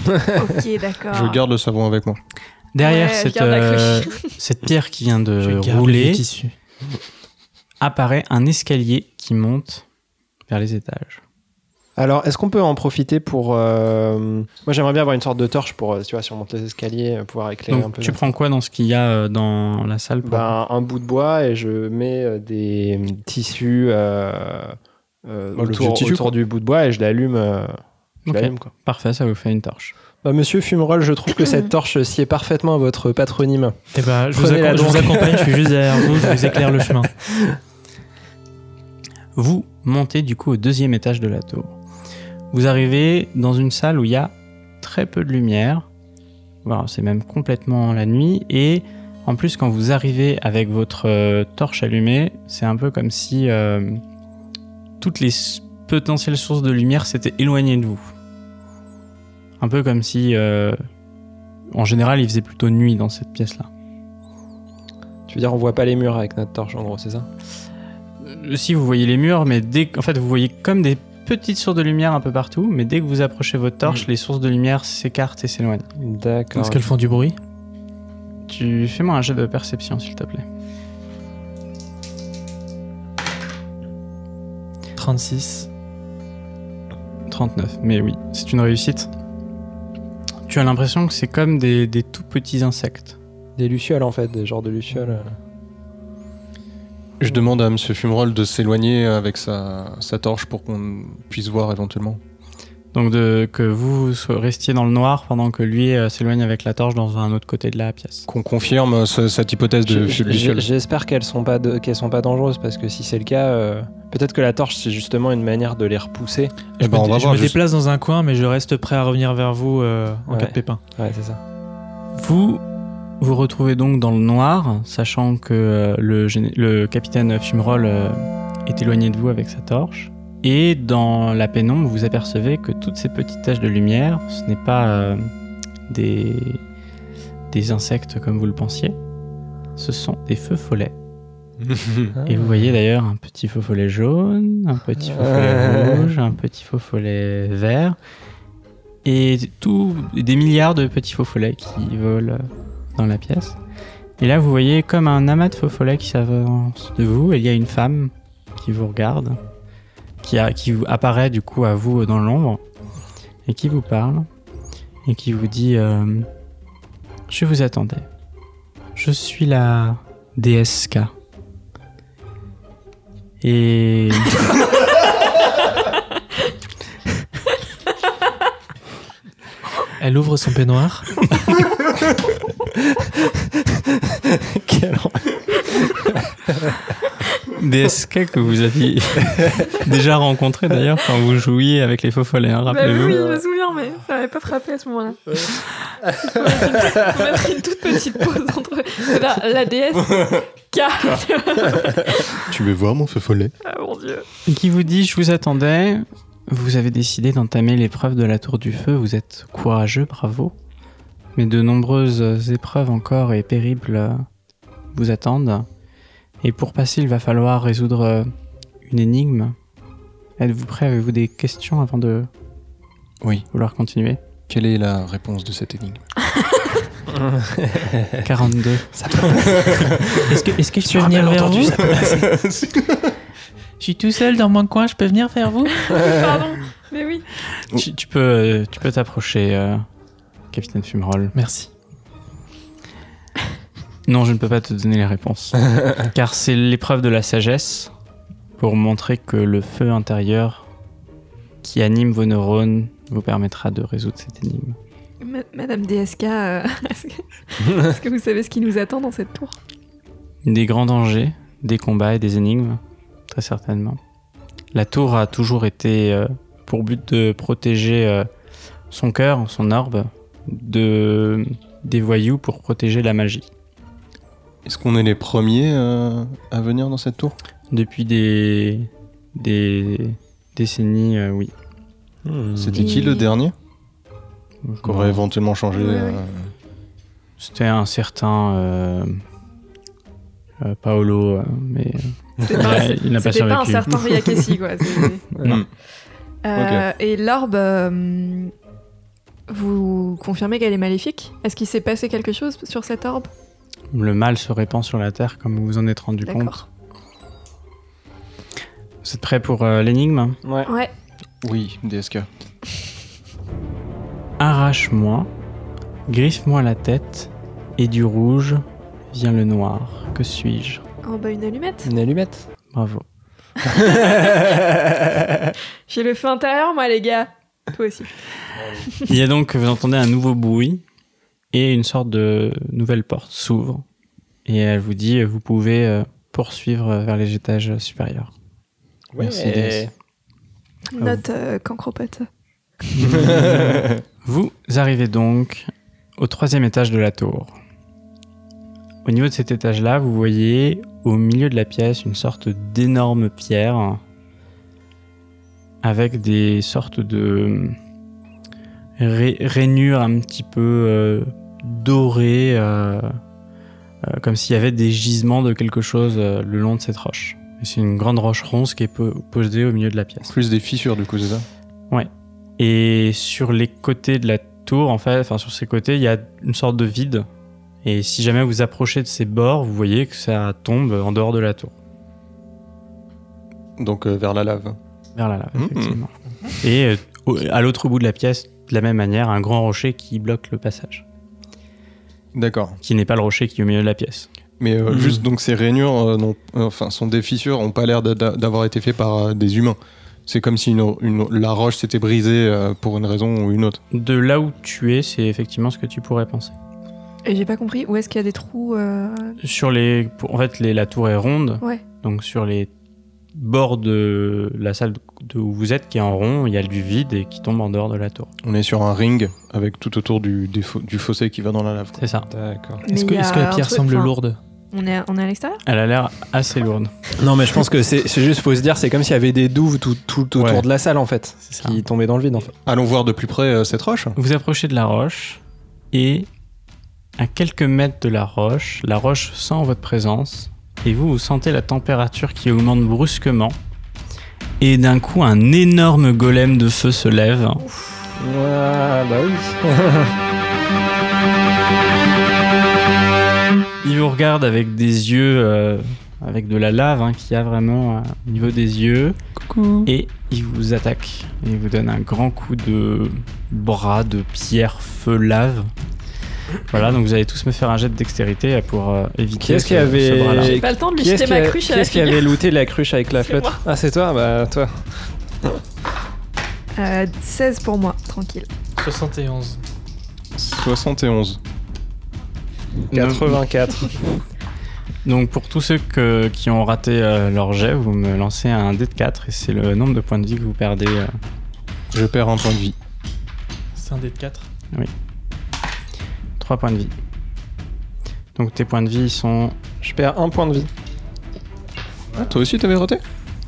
C: ok, d'accord.
D: Je garde le savon avec moi.
B: Derrière
C: Ouais, je
B: cette,
C: garde la
B: euh,
C: cruche.
B: cette pierre qui vient
H: Je
B: de
H: garde le
B: rouler,
H: tissu.
B: apparaît un escalier qui monte vers les étages.
E: Alors, est-ce qu'on peut en profiter pour. euh, Moi, j'aimerais bien avoir une sorte de torche pour, euh, tu vois, si on monte les escaliers, euh, pouvoir éclairer un
B: Donc
E: peu.
B: tu prends quoi dans ce qu'il y a euh, dans la salle pour-
E: Ben, un bout de bois et je mets euh, des tissus euh, euh,
D: Bah, le
E: autour,
D: vieux tissu,
E: autour
D: quoi.
E: du bout de bois et je l'allume. euh, je
B: Ok,
E: l'allume, quoi.
B: Parfait, ça vous fait une torche.
E: Bah, monsieur Fumerol, je trouve que cette torche sied parfaitement à votre patronyme.
H: Eh ben, je, vous
E: Prenez-la
H: accom- je vous
E: donc.
H: accompagne, je suis juste derrière vous, je vous éclaire le chemin.
B: Vous montez du coup au deuxième étage de la tour. Vous arrivez dans une salle où il y a très peu de lumière. Voilà, c'est même complètement la nuit. Et en plus, quand vous arrivez avec votre euh, torche allumée, c'est un peu comme si euh, toutes les s- potentielles sources de lumière s'étaient éloignées de vous. Un peu comme si, euh, en général, il faisait plutôt nuit dans cette pièce-là.
E: Tu veux dire, on voit pas les murs avec notre torche, en gros, c'est ça
B: Euh, si vous voyez les murs, mais dès en fait vous voyez comme des petites sources de lumière un peu partout, mais dès que vous approchez votre torche, les sources de lumière s'écartent et s'éloignent.
E: D'accord.
H: Est-ce qu'elles font du bruit
B: Tu fais-moi un jet de perception s'il te plaît.
H: 36.
B: 39, mais oui, c'est une réussite. Tu as l'impression que c'est comme des, des tout petits insectes.
E: Des lucioles, en fait, des genres de lucioles. euh.
D: Je demande à monsieur Fumerol de s'éloigner avec sa, sa torche pour qu'on puisse voir éventuellement.
B: Donc de, que vous so- restiez dans le noir pendant que lui euh, s'éloigne avec la torche dans un autre côté de la pièce.
D: Qu'on confirme ce- cette hypothèse de
E: J-
D: du
E: j-
D: fiole.
E: J'espère qu'elles sont pas de- qu'elles sont pas dangereuses parce que si c'est le cas, euh, peut-être que la torche c'est justement une manière de les repousser.
D: Eh
H: Je
D: ben,
H: me,
D: on va
H: je
D: voir,
H: me
D: je-
H: déplace dans un coin, mais je reste prêt à revenir vers vous euh, en cas
E: Ouais.
H: de pépin.
E: Ouais, c'est ça.
B: Vous vous retrouvez donc dans le noir, sachant que euh, le, gén- le capitaine Fumerol euh, est éloigné de vous avec sa torche. Et dans la pénombre, vous apercevez que toutes ces petites taches de lumière, ce n'est pas euh, des, des insectes comme vous le pensiez, ce sont des feux follets.
E: Hmm. Ah.
B: Et vous voyez d'ailleurs un petit faux follet jaune, un petit faux follet rouge, un petit faux follet vert, et tout, des milliards de petits faux follets qui volent dans la pièce. Et là, vous voyez comme un amas de faux follets qui s'avance de vous, et il y a une femme qui vous regarde, qui, a- qui vous apparaît du coup à vous dans l'ombre, et qui vous parle, et qui vous dit euh, Je vous attendais. Je suis la DSK. Et.
H: Elle ouvre son peignoir.
B: DSK que vous aviez déjà rencontré d'ailleurs quand vous jouiez avec les faux follets, hein,
C: Bah oui,
B: rappelez-vous.
C: je me souviens, mais ça m'avait pas frappé à ce moment-là. Il faut mettre une- faut mettre une toute petite pause entre la, la déesse K.
D: Tu veux voir mon feu follet
C: ah mon dieu.
B: Et qui vous dit Je vous attendais, vous avez décidé d'entamer l'épreuve de la Tour du Feu, vous êtes courageux, bravo. Mais de nombreuses épreuves encore et périples euh, vous attendent. Et pour passer, il va falloir résoudre euh, une énigme. Êtes-vous prêt Avez-vous des questions avant de
D: Oui.
B: vouloir continuer
D: Quelle est la réponse de cette énigme
B: 42.
H: Est-ce que, est-ce que je peux
B: Sur un
H: venir vers
B: malentendu,
H: vous Je suis tout seul dans mon coin, je peux venir vers vous
C: Pardon. Mais oui.
B: Tu, tu peux euh, tu peux t'approcher, euh, Capitaine Fumerol.
H: Merci.
B: Non, je ne peux pas te donner les réponses. car c'est l'épreuve de la sagesse pour montrer que le feu intérieur qui anime vos neurones vous permettra de résoudre cette énigme.
C: Ma- Madame DSK, euh, est-ce que, est-ce que vous savez ce qui nous attend dans cette tour
B: Des grands dangers, des combats et des énigmes, très certainement. La tour a toujours été euh, pour but de protéger euh, son cœur, son orbe, de, des voyous pour protéger la magie.
D: Est-ce qu'on est les premiers euh, à venir dans cette tour
B: Depuis des, des décennies, euh, oui.
E: Hmm.
D: C'était qui le
C: Et-
D: dernier
B: Je
D: Qui aurait éventuellement changé
C: Ouais, ouais.
D: euh,
B: C'était un certain euh, euh, Paolo, euh, mais euh,
C: C'était
B: il
C: pas,
B: a- il n'a pas
C: c'était pas un
B: survécu.
C: certain Riakessi, quoi. c'est-
D: Non.
C: Euh, Et l'orbe, euh, vous confirmez qu'elle est maléfique Est-ce qu'il s'est passé quelque chose sur cet orbe
B: Le mal se répand sur la Terre, comme vous vous en êtes rendu compte.
C: D'accord.
B: Vous êtes prêts pour euh, l'énigme
E: Ouais.
C: Ouais.
D: Oui, DSK.
B: Arrache-moi, griffe-moi la tête, et du rouge vient le noir. Que suis-je
C: Oh bah une allumette.
E: Une allumette.
B: Bravo.
C: J'ai le feu intérieur, moi, les gars. Toi aussi.
B: Il y a donc, vous entendez un nouveau bruit et une sorte de nouvelle porte s'ouvre. Et elle vous dit, vous pouvez euh, poursuivre euh, vers les étages euh, supérieurs.
D: Merci, DS.
H: Ah
C: Note euh, cancropote.
B: Vous arrivez donc au troisième étage de la tour. Au niveau de cet étage-là, vous voyez au milieu de la pièce une sorte d'énorme pierre avec des sortes de ré- rainures un petit peu euh, dorées, euh, euh, comme s'il y avait des gisements de quelque chose euh, le long de cette roche. Et C'est une grande roche ronce qui est po- posée au milieu de la pièce.
D: Plus des fissures du coup, c'est ça
B: Et sur les côtés de la tour, en fait, enfin sur ses côtés, il y a une sorte de vide. Et si jamais vous approchez de ses bords, vous voyez que ça tombe en dehors de la tour,
D: Donc euh, vers la lave.
B: vers la lave,
D: Mhm.
B: effectivement. Et euh, au- à l'autre bout de la pièce, de la même manière, un grand rocher qui bloque le passage,
D: D'accord.
B: qui n'est pas le rocher qui est au milieu de la pièce.
D: Mais euh,
B: Mhm.
D: juste donc ces rainures, euh, n'ont- euh, enfin, sont des fissures, ont pas l'air d'a- d'a- d'avoir été faites par euh, des humains. C'est comme si une- une- la roche s'était brisée euh, pour une raison ou une autre.
B: De là où tu es, c'est effectivement ce que tu pourrais penser.
C: Et j'ai pas compris où est-ce qu'il y a des trous. euh,
B: Sur les, pour- en fait, les, la tour est ronde.
C: Ouais.
B: Donc sur les bords de la salle de- où vous êtes, qui est en rond, il y a du vide et qui tombe en dehors de la tour.
D: On est sur un ring avec tout autour du, des fo- du fossé qui va dans la lave. quoi.
B: C'est ça.
E: D'accord.
H: Est-ce
C: mais
H: que,
C: il y a
H: est-ce que la
C: un
H: pierre
C: truc-
H: semble
C: enfin,
H: lourde
C: On est, à- on est à l'extérieur
B: Elle a l'air assez lourde.
E: Non, mais je pense que c'est c'est juste, faut se dire, c'est comme s'il y avait des douves tout, tout, tout
D: Ouais.
E: autour de la salle en fait,
B: C'est ça.
E: qui tombaient dans le vide en fait.
D: Allons voir de plus près euh, cette roche.
B: Vous approchez de la roche et à quelques mètres de la roche, la roche sent votre présence et vous, vous sentez la température qui augmente brusquement. Et d'un coup, un énorme golem de feu se lève.
E: Ah, bah oui.
B: Il vous regarde avec des yeux, euh, avec de la lave hein, qu'il y a vraiment euh, au niveau des yeux. Coucou. Et il vous attaque. Il vous donne un grand coup de bras, de pierre, feu, lave. Voilà, donc vous allez tous me faire un jet de dextérité pour euh, éviter
E: Qui est-ce
B: ce,
E: qui avait-
B: ce bras-là.
E: Et
C: J'ai pas le temps de lui
E: Qui est-ce
C: jeter
E: qui,
C: ma
E: a-
C: cruche
E: qui
C: à la
E: est-ce qui
C: figure.
E: avait looté la cruche avec la
C: C'est
E: flotte
C: moi.
E: Ah, c'est toi Bah, toi.
C: Euh, 16 pour moi, tranquille.
H: 71.
D: 71.
E: 84.
B: Donc pour tous ceux que- qui ont raté euh, leur jet, vous me lancez un dé de 4 et c'est le nombre de points de vie que vous perdez. euh.
D: Je perds un point de vie.
H: C'est un dé de 4.
B: 3 points de vie. Donc tes points de vie sont
E: Je perds un point de vie.
D: Ah, toi aussi t'avais raté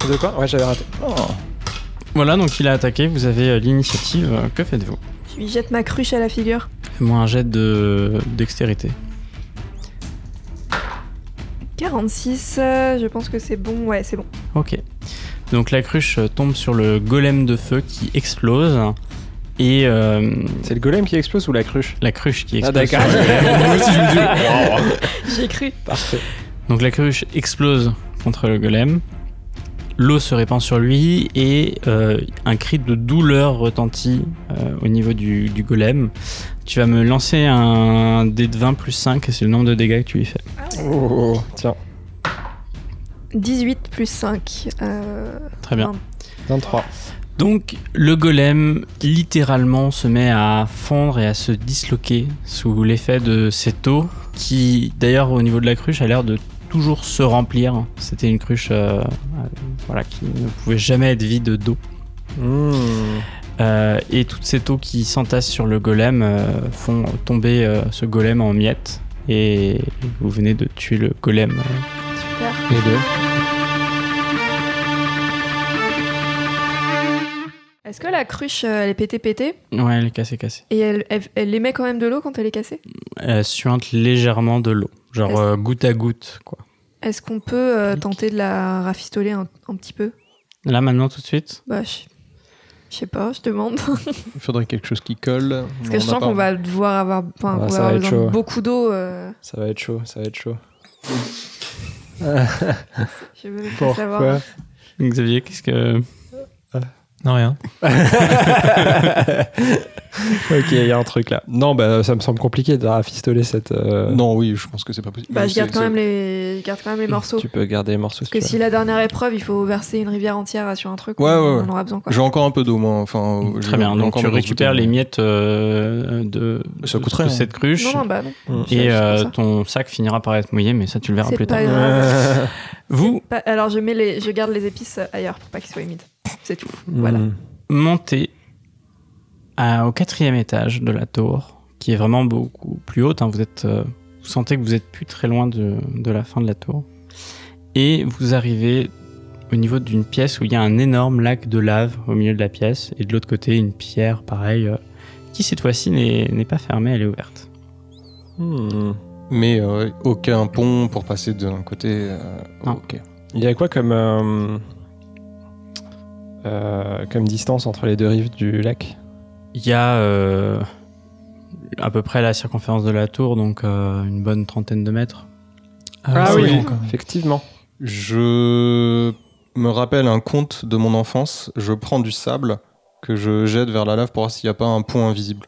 E: De quoi Ouais, j'avais raté.
B: Voilà, donc il a attaqué, vous avez euh, l'initiative, Euh, que faites-vous
C: Je lui jette ma cruche à la figure.
B: Fais-moi un jet de dextérité.
C: 46, euh, je pense que c'est bon. Ouais, c'est bon.
B: Ok. Donc la cruche euh, tombe sur le golem de feu qui explose, et euh,
E: C'est le golem qui explose ou la cruche
B: la cruche qui
E: Ah,
B: explose.
E: d'accord.
D: Moi aussi je me dis. oh,
C: J'ai cru.
E: Parfait.
B: donc la cruche explose contre le golem, l'eau se répand sur lui, et euh, un cri de douleur retentit euh, au niveau du, du golem. Tu vas me lancer un dé de 20 plus 5, et c'est le nombre de dégâts que tu lui fais.
E: Oh, tiens,
C: 18 plus 5. Euh,
B: Très bien.
E: 23.
B: Donc le golem littéralement se met à fondre et à se disloquer sous l'effet de cette eau qui d'ailleurs au niveau de la cruche a l'air de toujours se remplir. C'était une cruche euh, euh, voilà, qui ne pouvait jamais être vide d'eau.
E: Mmh.
B: Euh, et toute cette eau qui s'entasse sur le golem euh, font tomber euh, ce golem en miettes. Et vous venez de tuer le golem. euh.
D: Eh
C: super.
E: Les
D: ben,
E: deux.
C: Est-ce que la cruche, euh, elle est pétée pétée
B: Ouais, elle est cassée, cassée.
C: et elle, elle, elle émet quand même de l'eau quand elle est cassée
B: Elle suinte légèrement de l'eau. Genre
C: Est-ce-
B: euh, goutte à goutte, quoi.
C: Est-ce qu'on peut euh, tenter de la rafistoler un, un petit peu
B: Là maintenant tout de suite
C: Bah, je je sais pas, je demande.
D: Il faudrait quelque chose qui colle.
C: Parce que je sens qu'on va devoir avoir, enfin,
E: Ouais,
C: on va
E: ça
C: avoir
E: va être
C: besoin
E: chaud,
C: de
E: ouais.
C: beaucoup d'eau. euh,
E: Ça va être chaud, ça va être chaud.
C: je veux même pas
E: Pourquoi
C: savoir.
B: Xavier, qu'est-ce que.
H: Non, rien.
E: Ok, il y a un truc là. Non, bah ça me semble compliqué de rafistoler cette. euh,
D: Non, oui, je pense que c'est pas possible.
C: Bah,
D: Mais
C: je
D: c'est-
C: garde quand
D: c'est-
C: même les, je garde quand même les morceaux.
E: Tu peux garder les morceaux
C: Parce
E: si
C: que
E: tu veux.
C: si la dernière épreuve, il faut verser une rivière entière euh, sur un truc,
D: Ouais, ouais,
C: on
D: ouais.
C: en aura besoin. Quoi.
D: J'ai encore un peu d'eau, moi. Enfin, euh, j'ai-
B: Très bien,
D: j'ai
B: donc
D: encore
B: tu
D: ma grosse
B: récupères
D: bouteille.
B: les miettes euh, de,
D: Ça
B: de-
D: coûterait,
B: de
D: hein.
B: cette cruche.
C: Non, non, bah non.
B: Et
C: c'est
B: euh,
C: comme ça.
B: ton sac finira par être mouillé, mais ça tu le verras
C: C'est
B: plus
C: pas
B: tard.
C: grave.
B: Vous
C: Pas- alors je mets les, je garde les épices euh, ailleurs pour pas qu'ils soient humides. C'est tout. Voilà.
E: Mm.
B: montez à- au quatrième étage de la tour, qui est vraiment beaucoup plus haute. hein. Vous, êtes, euh, vous sentez que vous êtes plus très loin de, de la fin de la tour. Et vous arrivez au niveau d'une pièce où il y a un énorme lac de lave au milieu de la pièce, et de l'autre côté une pierre pareille, euh, qui cette fois-ci n'est n'est pas fermée, elle est ouverte.
E: Mm.
D: Mais euh, aucun pont pour passer d'un côté. euh,
B: Non.
D: ok.
E: Il y a quoi comme. euh, euh, comme distance entre les deux rives du lac
B: Il y a euh, à peu près la circonférence de la tour, donc euh, une bonne trentaine de mètres.
E: Ah
H: c'est
E: oui.
H: grand, quand même.
E: Effectivement.
D: Je me rappelle un conte de mon enfance. Je prends du sable que je jette vers la lave pour voir s'il n'y a pas un pont invisible.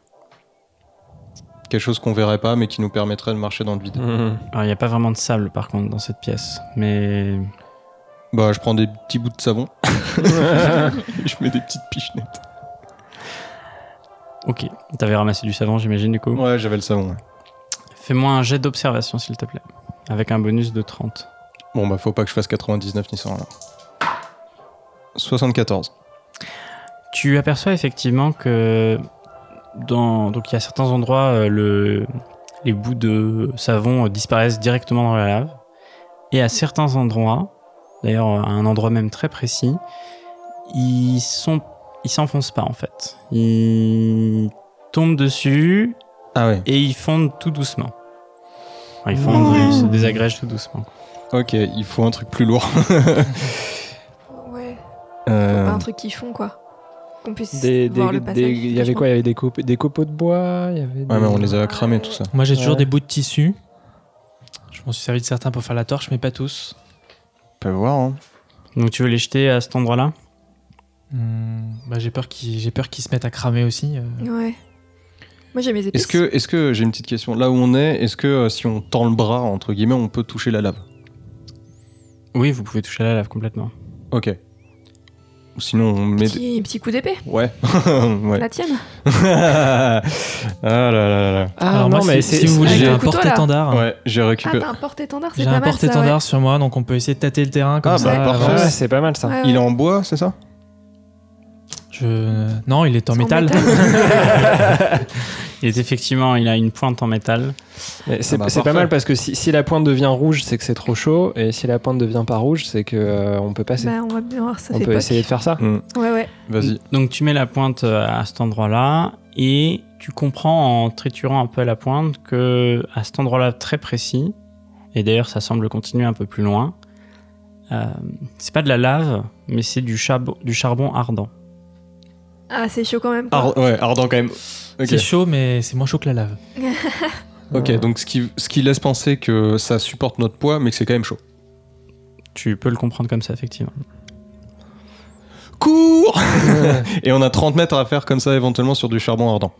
D: Quelque chose qu'on verrait pas, mais qui nous permettrait de marcher dans le vide.
E: Mm.
B: Alors, il n'y a pas vraiment de sable par contre dans cette pièce, mais
D: Bah, je prends des petits bouts de savon. je mets des petites pichenettes.
B: Ok, t'avais ramassé du savon, j'imagine, du coup.
D: Ouais, j'avais le savon. ouais.
B: Fais-moi un jet d'observation, s'il te plaît. Avec un bonus de 30.
D: Bon, bah, faut pas que je fasse 99 ni 100 là. 74.
B: Tu aperçois effectivement que dans donc il y a certains endroits euh, le les bouts de savon euh, disparaissent directement dans la lave et à certains endroits d'ailleurs euh, à un endroit même très précis ils sont ils s'enfoncent pas en fait ils tombent dessus
D: Ah ouais.
B: et ils fondent tout doucement Enfin, ils fondent ils se désagrègent tout doucement
D: Ok, il faut un truc plus lourd.
C: Ouais.
D: Euh,
C: Pas un truc qu'ils font, quoi. Qu'on puisse
E: Des-
C: voir
E: des-
C: le
E: des-
C: passage.
E: Il y avait quoi Il y avait des, cop- des copeaux de bois il y avait
D: Ouais,
E: des-
D: mais on les a cramés tout ça.
H: Moi, j'ai toujours
E: Ouais.
H: des bouts de tissu. Je m'en suis servi de certains pour faire la torche, mais pas tous.
D: On peut voir, hein.
B: donc tu veux les jeter à cet endroit là
H: Hmm, bah, j'ai peur qu'ils j'ai peur qu'ils se mettent à cramer aussi. euh.
C: Ouais. Moi, j'ai mes épices.
D: Est-ce que, est-ce que j'ai une petite question Là où on est, est-ce que euh, si on tend le bras entre guillemets, on peut toucher la lave
B: oui vous pouvez toucher à la lave complètement
D: Ok. Ou Sinon, on met. des-
C: Petit, petit coup d'épée,
D: Ouais. ouais.
C: la tienne.
D: ah là là là.
E: Ah
H: Alors
E: non,
H: moi,
E: mais
H: si,
E: c'est
H: si vous voulez,
C: Avec
H: j'ai
C: le
H: un
C: couteau, là.
H: porte-étendard.
D: Ouais, j'ai
C: Ah,
D: récupéré.
C: t'as un porte-étendard, c'est
H: J'ai
C: pas
H: un
C: mal, ça, ouais.
H: porte-étendard sur moi, donc on peut essayer de tâter le terrain comme
D: Ah,
H: ça.
D: bah, parfait.
H: avant.
E: Ouais, c'est pas mal ça.
B: euh,
C: Ouais, ouais.
D: Il est en bois, c'est ça
H: Je... Non, il est en
C: C'est
H: métal.
B: il est effectivement il a une pointe en métal
E: Mais C'est
D: Ah bah,
E: c'est pas
D: parfait.
E: mal parce que si, si la pointe devient rouge, c'est que c'est trop chaud, et si la pointe devient pas rouge, c'est que euh, on peut passer.
C: Bah, on va bien voir, ça
E: on
C: fait
E: peut
C: poc.
E: essayer de faire
D: Mm.
E: ça.
C: Ouais, ouais.
D: Vas-y.
B: Donc tu mets la pointe euh, à cet endroit-là et tu comprends en triturant un peu la pointe que à cet endroit-là très précis, et d'ailleurs ça semble continuer un peu plus loin, euh, c'est pas de la lave, mais c'est du, chab- du charbon ardent.
C: Ah, c'est chaud quand même. quoi.
D: Ar- ouais, ardent quand même. Ok.
H: C'est chaud, mais c'est moins chaud que la lave.
D: Ok, donc ce qui, ce qui laisse penser que ça supporte notre poids, mais que c'est quand même chaud.
B: Tu peux le comprendre comme ça effectivement.
D: Cours Et on a 30 mètres à faire comme ça éventuellement sur du charbon ardent.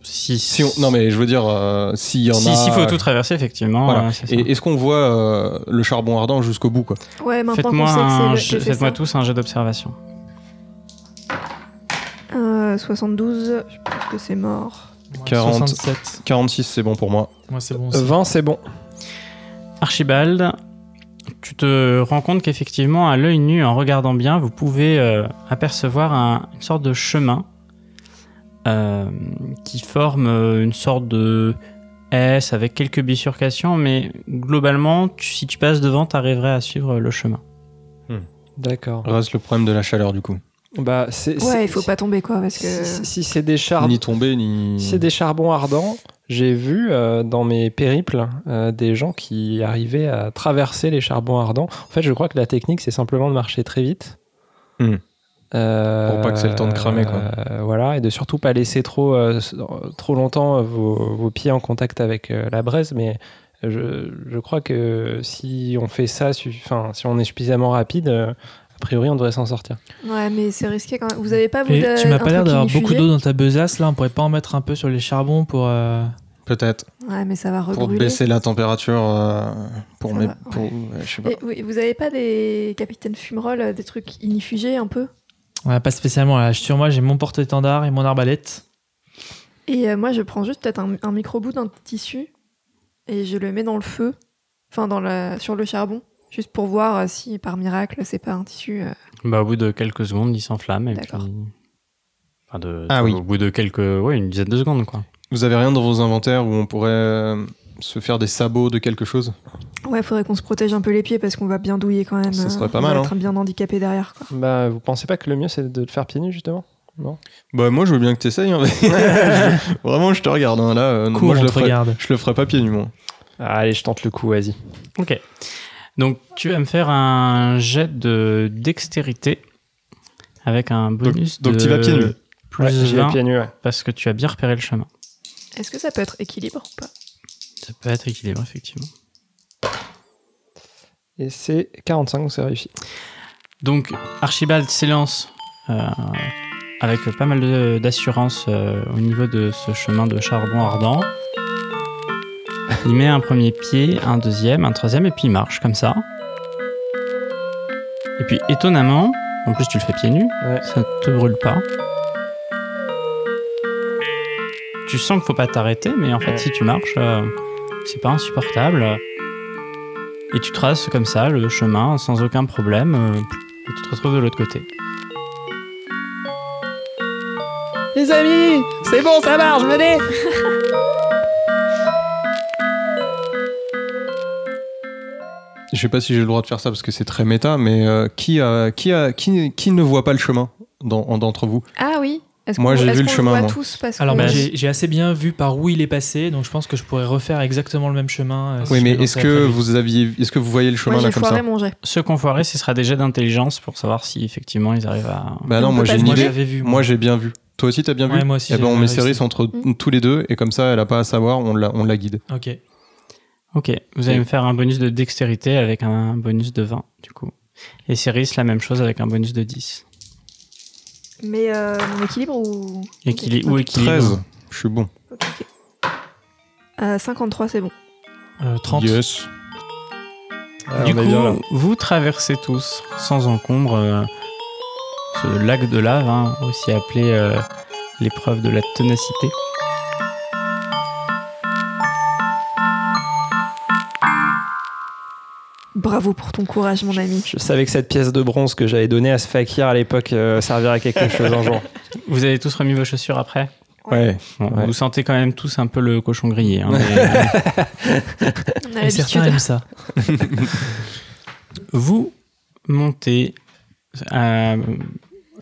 B: Si,
D: Si on, non mais je veux dire, euh, s'il y en
B: si,
D: a...
B: s'il faut tout traverser effectivement.
D: Voilà.
B: euh, c'est ça.
D: Et est-ce qu'on voit euh, le charbon ardent jusqu'au bout quoi
C: Ouais, maintenant qu'on
B: Faites-moi
C: sait
B: un
C: que c'est
B: jet-
C: le- j'ai fait
B: faites-moi
C: ça.
B: tous un jet d'observation.
C: Euh, 72, je pense que c'est mort.
H: Moins
D: 40.
H: 67.
D: 46 c'est bon pour moi.
H: Moi, c'est
C: Euh,
H: bon. aussi.
E: 20, c'est bon.
B: Archibald, tu te rends compte qu'effectivement, à l'œil nu, en regardant bien, vous pouvez euh, apercevoir un- une sorte de chemin euh, qui forme euh, une sorte de S avec quelques bifurcations, mais globalement, tu- si tu passes devant, tu arriverais à suivre le chemin.
E: D'accord.
D: Reste le problème de la chaleur du coup.
E: Bah, c'est- c'est-
C: Ouais, il faut pas tomber, quoi, parce que.
E: Si, si- si c'est des charbons,
D: Ni tomber ni...
E: si c'est des charbons ardents, j'ai vu euh, dans mes périples euh, des gens qui arrivaient à traverser les charbons ardents. En fait, je crois que la technique, c'est simplement de marcher très vite.
D: Hmm.
E: Euh,
D: Pour pas que c'est le temps de cramer, quoi.
E: euh, voilà, et de surtout pas laisser trop, euh, s- trop longtemps euh, vos, vos pieds en contact avec euh, la braise, mais je, je crois que si on fait ça, suffi- enfin, si on est suffisamment rapide, euh, a priori, on devrait s'en sortir.
C: Ouais, mais c'est risqué quand même. Vous avez pas, vous,
H: Et
C: de-
H: tu m'as
C: un
H: pas l'air
C: truc
H: d'avoir beaucoup
C: ignifugé
H: d'eau dans ta besace là, on pourrait pas en mettre un peu sur les charbons pour. euh,
D: Peut-être.
C: Ouais, mais ça va
D: Pour
C: rebrûler.
D: baisser la température euh, pour
C: Ça
D: mes...
C: va, ouais.
D: pour- ouais, je sais pas.
C: Et oui, vous avez pas des capitaines fumerolles, euh, des trucs inifugés un peu
H: Ouais, pas spécialement là. Sur moi, j'ai mon porte-étendard et mon arbalète.
C: Et euh, moi, je prends juste peut-être un, un micro-bout d'un tissu et je le mets dans le feu, enfin dans la, sur le charbon, juste pour voir euh, si par miracle c'est pas un tissu. euh.
B: Bah, au bout de quelques secondes, il s'enflamme. et puis-
C: D'accord.
B: Enfin, de-
D: Ah oui.
B: Au bout de quelques. Ouais, une dizaine de secondes, quoi.
D: Vous avez rien dans vos inventaires où on pourrait euh, se faire des sabots de quelque chose
C: Ouais, faudrait qu'on se protège un peu les pieds parce qu'on va bien douiller quand même.
D: Ça
C: euh,
D: serait pas
C: on va
D: mal, hein.
C: être bien handicapé derrière. Quoi.
E: Bah, vous pensez pas que le mieux, c'est de le faire pieds nus, justement
D: Bah moi je veux bien que t'essayes. hein, mais- Je- Vraiment je te regarde hein, là. euh,
H: Cours,
D: moi je
H: on
D: le
H: te
D: ferai.
H: regarde.
D: Je le ferai pas pieds nus moi.
E: Allez, je tente le coup, vas-y.
B: Ok. Donc tu vas me faire un jet de dextérité avec un bonus
D: donc
B: de
D: tu vas pieds nus.
B: plus
E: Ouais, j'y vais
B: 20,
E: pieds nus, ouais.
B: parce que tu as bien repéré le chemin.
C: Est-ce que ça peut être équilibre ou pas
B: Ça peut être équilibré effectivement.
E: Et c'est 45, donc c'est réussi.
B: Donc Archibald s'élance euh, avec pas mal de- d'assurance euh, au niveau de ce chemin de charbon ardent. Il met un premier pied, un deuxième, un troisième et puis il marche comme ça. Et puis étonnamment, en plus tu le fais pieds nus,
E: Ouais.
B: ça te brûle pas. Tu sens qu'il faut pas t'arrêter, mais en fait si tu marches, euh, c'est pas insupportable. Et tu traces comme ça le chemin sans aucun problème, euh, et tu te retrouves de l'autre côté.
G: Les amis, c'est bon, ça marche, venez
D: Je sais pas si j'ai le droit de faire ça parce que c'est très méta, mais euh, qui, a, qui, a, qui, qui ne voit pas le chemin dans- en- d'entre vous
C: Ah oui. Est-ce
D: Moi,
C: qu'on-
D: j'ai
C: est-ce
D: vu le
C: qu'on
D: chemin,
C: voit
D: moi.
C: tous parce
H: Alors
C: que-
H: moi, j'ai j'ai assez bien vu par où il est passé, donc je pense que je pourrais refaire exactement le même chemin. euh, si
D: Oui,
H: je
D: mais
H: me
D: est-ce
H: lançais
D: que
H: après lui.
D: vous aviez, est-ce que vous voyez le chemin
C: Moi,
D: là
C: j'ai
D: comme ça
C: foiré mon jet.
B: Ceux qu'on foiré, ce sera des jets d'intelligence pour savoir si effectivement ils arrivent à.
D: Bah
C: On
D: non,
C: peut pas
D: moi j'ai
C: se
D: une
H: Moi
C: moquer.
D: idée.
H: j'avais vu. moi.
D: Moi j'ai bien vu. Toi aussi t'as bien
H: Ouais,
D: vu.
H: moi aussi.
D: Eh ben
H: j'ai
D: on met
H: réussi.
D: Céris entre
C: Mm.
D: tous les deux et comme ça elle a pas à savoir, on la, on la guide.
H: Ok.
B: Ok, vous allez me faire un bonus de dextérité avec un bonus de 20, du coup. Et Céris, la même chose avec un bonus de 10.
C: Mais euh, mon équilibre ou.
B: Équili- ou équilibre.
D: 13, je suis bon.
C: Ok, ok. Euh, 53, c'est bon.
H: Euh, 30.
D: Yes.
B: Du coup, vous traversez tous, sans encombre, euh, ce lac de lave, hein, aussi appelé euh, l'épreuve de la ténacité.
C: Bravo pour ton courage, mon ami.
E: Je savais que cette pièce de bronze que j'avais donnée à ce fakir à l'époque euh, servirait à quelque chose un jour.
B: Vous avez tous remis vos chaussures après
E: Ouais.
B: Bon,
E: Ouais.
B: Vous sentez quand même tous un peu le cochon grillé. hein, mais-
C: On a
H: Et
C: l'habitude.
H: certains aiment ça.
B: Vous montez à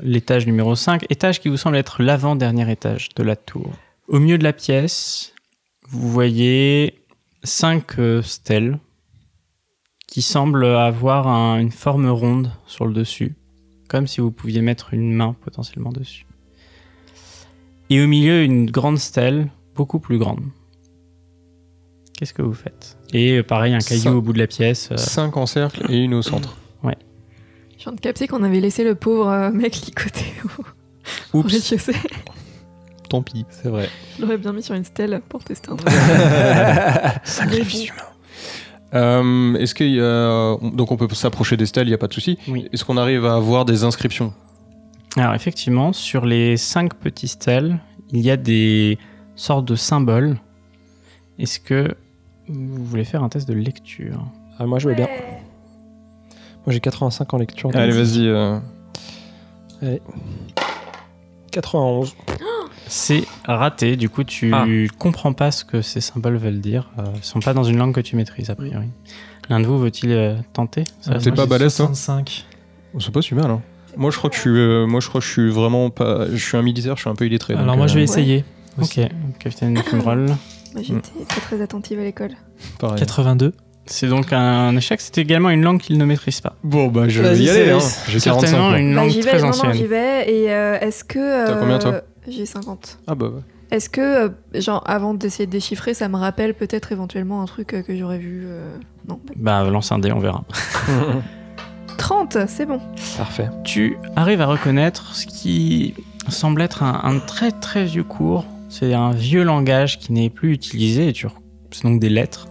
B: l'étage numéro 5, étage qui vous semble être l'avant-dernier étage de la tour. Au milieu de la pièce, vous voyez cinq euh, stèles qui semblent avoir un- une forme ronde sur le dessus, comme si vous pouviez mettre une main potentiellement dessus. Et au milieu, une grande stèle, beaucoup plus grande. Qu'est-ce que vous faites Et euh, pareil, un caillou
D: Ça-
B: au bout de la pièce. euh,
D: 5 en cercle et une au centre.
C: Je viens de capter qu'on avait laissé le pauvre euh, mec licoté au
D: Oups,
C: rez-de-chaussée.
D: tant pis.
E: C'est vrai.
C: Je l'aurais bien mis sur une stèle pour tester un truc. Sacrifice
D: Euh, est-ce qu'il y a... Donc on peut s'approcher des stèles, il n'y a pas de souci.
B: Oui.
D: Est-ce qu'on arrive à avoir des inscriptions
B: Alors effectivement, sur les cinq petits stèles, il y a des sortes de symboles. Est-ce que vous voulez faire un test de lecture
E: Ah, moi je vais bien. Moi j'ai 85 en lecture. donc
D: Allez, vas-y. euh,
E: 91.
B: C'est raté, du coup tu
E: Ah.
B: comprends pas ce que ces symboles veulent dire. Euh, ils sont pas dans une langue que tu maîtrises a priori. L'un de vous veut-il euh, tenter ça
H: Euh,
D: t'es
H: moi,
D: pas
H: j'ai
D: balèze, hein. toi
H: 65.
D: C'est pas si mal. Hein. Moi, je crois que je suis, euh, moi, je crois que je suis vraiment pas. Je suis un militaire, je suis un peu illettré.
H: Alors
D: donc,
H: moi
D: euh,
H: je vais essayer.
B: Ok,
H: Aussi.
B: Capitaine Fumerol.
C: Moi,
D: Mm.
C: J'étais pas très attentive à l'école.
D: pareil.
H: 82.
B: C'est donc un échec, c'est également une langue qu'il ne maîtrise pas.
D: Bon, bah, je vais
E: Vas-y,
D: y aller. hein.
E: Céris.
D: J'ai 45
B: Certainement
D: ans.
B: une
C: Bah,
B: langue
C: j'y vais,
B: très
C: non, non,
B: ancienne.
C: j'y vais. Et euh, est-ce que.
D: T'as combien, toi
C: J'ai 50.
D: Ah, bah, ouais.
C: Est-ce que, euh, genre, avant d'essayer de déchiffrer, ça me rappelle peut-être éventuellement un truc euh, que j'aurais vu euh, Non.
B: bah lance un dé, on verra.
C: 30, c'est bon.
E: Parfait.
B: tu arrives à reconnaître ce qui semble être un, un très très vieux cours. C'est un vieux langage qui n'est plus utilisé. et tu re- C'est donc des lettres.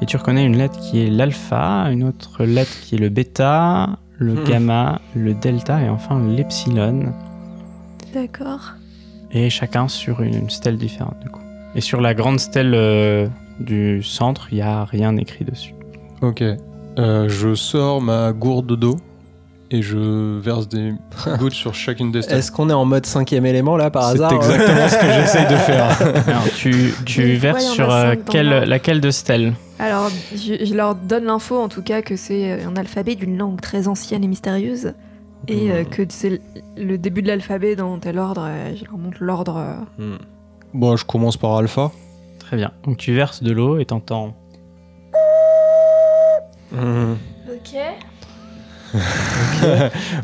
B: Et tu reconnais une lettre qui est l'alpha, une autre lettre qui est le bêta, le
E: Mhm.
B: gamma, le delta et enfin l'epsilon.
C: D'accord.
B: Et chacun sur une, une stèle différente du coup. Et sur la grande stèle euh, du centre, il n'y a rien écrit dessus.
D: Ok. Euh, je sors ma gourde d'eau et je verse des gouttes sur chacune des stèles.
E: Est-ce qu'on est en mode cinquième élément là par
D: C'est
E: hasard hein
D: exactement ce que j'essaye de faire.
B: Alors tu, tu
C: Mais pourquoi
B: verses
C: il y en a
B: sur euh,
C: cinq dans
B: quelle-
C: l'ordre
B: laquelle de stèles
C: Alors, je, je leur donne l'info, en tout cas, que c'est euh, un alphabet d'une langue très ancienne et mystérieuse. Et
D: Mm.
C: euh, que c'est l- le début de l'alphabet dans tel ordre. euh, je leur montre l'ordre. euh.
D: Bon, je commence par alpha.
B: Très bien. Donc tu verses de l'eau et t'entends
E: Mmh.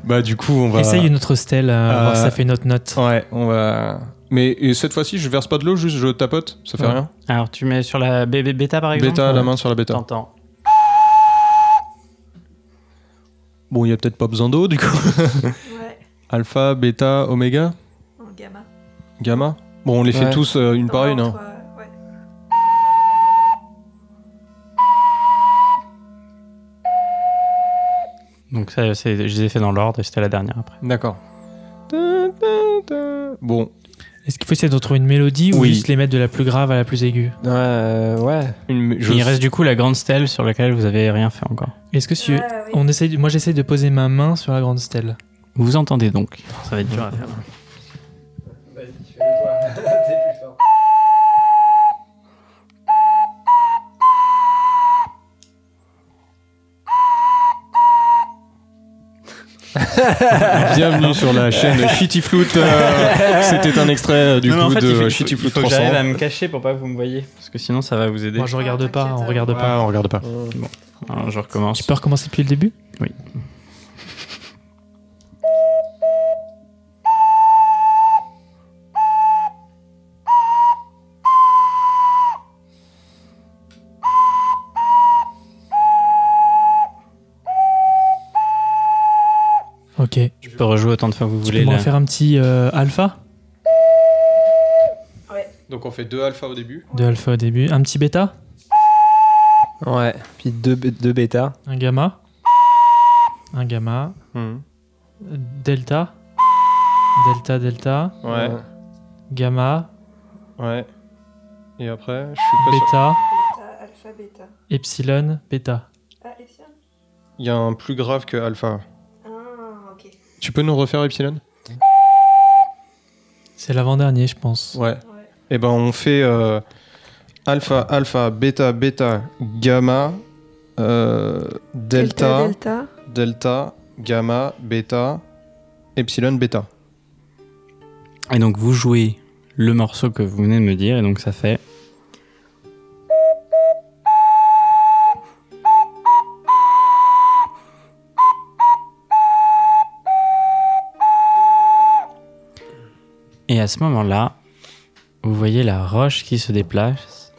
D: Bah, du coup, on va.
H: Essaye une autre stèle, euh,
D: Euh,
H: voir si ça fait notre note.
D: Ouais, on va. Mais et cette fois-ci, je verse pas de l'eau, juste je tapote. Ça fait
H: Ouais.
D: rien.
B: Alors, tu mets sur la bé- bé- bêta par exemple
D: Bêta, la main sur la bêta.
B: T'entends.
D: Bon, il y a peut-être pas besoin d'eau, du coup.
C: Ouais,
D: Alpha, bêta, oméga,
C: en gamma.
D: gamma. Bon, on les fait
E: Ouais.
D: tous euh, une par une. hein.
B: Donc ça, c'est- je les ai fait dans l'ordre et c'était la dernière après.
D: D'accord. Ta, ta, ta. Bon,
H: Est-ce qu'il faut essayer de trouver une mélodie ou
B: Oui.
H: juste les mettre de la plus grave à la plus aiguë
E: Euh, ouais.
D: une- je-
B: Il reste du coup la grande stèle sur laquelle vous avez rien fait encore.
H: Est-ce que si
C: Ah
H: on essaye, moi j'essaye de poser ma main sur la grande stèle.
B: Vous entendez donc Ça va être dur à faire.
D: bienvenue sur la chaîne Shitty Flute. euh, C'était un extrait euh, du coup de Shitty Flute 300.
B: me cacher pour pas que vous me voyez. Parce que sinon, ça va vous aider.
H: Moi je regarde
C: Ah,
H: pas,
C: t'inquiète,
H: on regarde pas.
D: Ah, on regarde pas.
E: Mmh.
B: Alors, je
H: Tu
B: recommence.
H: peux recommencer depuis le début Ok. Tu
B: Je peux rejouer autant de fois que vous
H: peux
B: voulez.
H: m'en
B: là.
H: faire un petit euh, alpha
D: Donc on fait deux alpha au début.
H: De alpha au début. Un petit bêta
E: Ouais. Puis deux, b- deux bêta.
H: Un gamma Un gamma
D: Hmm.
H: Delta Delta, delta
D: Ouais,
H: Gamma
D: ouais. Et après, je suis pas sûr.
H: Bêta
C: alpha, bêta.
H: Epsilon, bêta.
C: Ah, epsilon
D: Il y a un plus grave que alpha.
C: Ah, ok.
D: Tu peux nous refaire epsilon
H: C'est l'avant-dernier, je pense.
D: Ouais. Et ben on fait euh, alpha, alpha, bêta, bêta, gamma, euh, delta, delta,
C: delta.
D: gamma, bêta, epsilon, bêta.
B: Et donc, vous jouez le morceau que vous venez de me dire. Et donc, ça fait. Et à ce moment-là, vous voyez la roche qui se déplace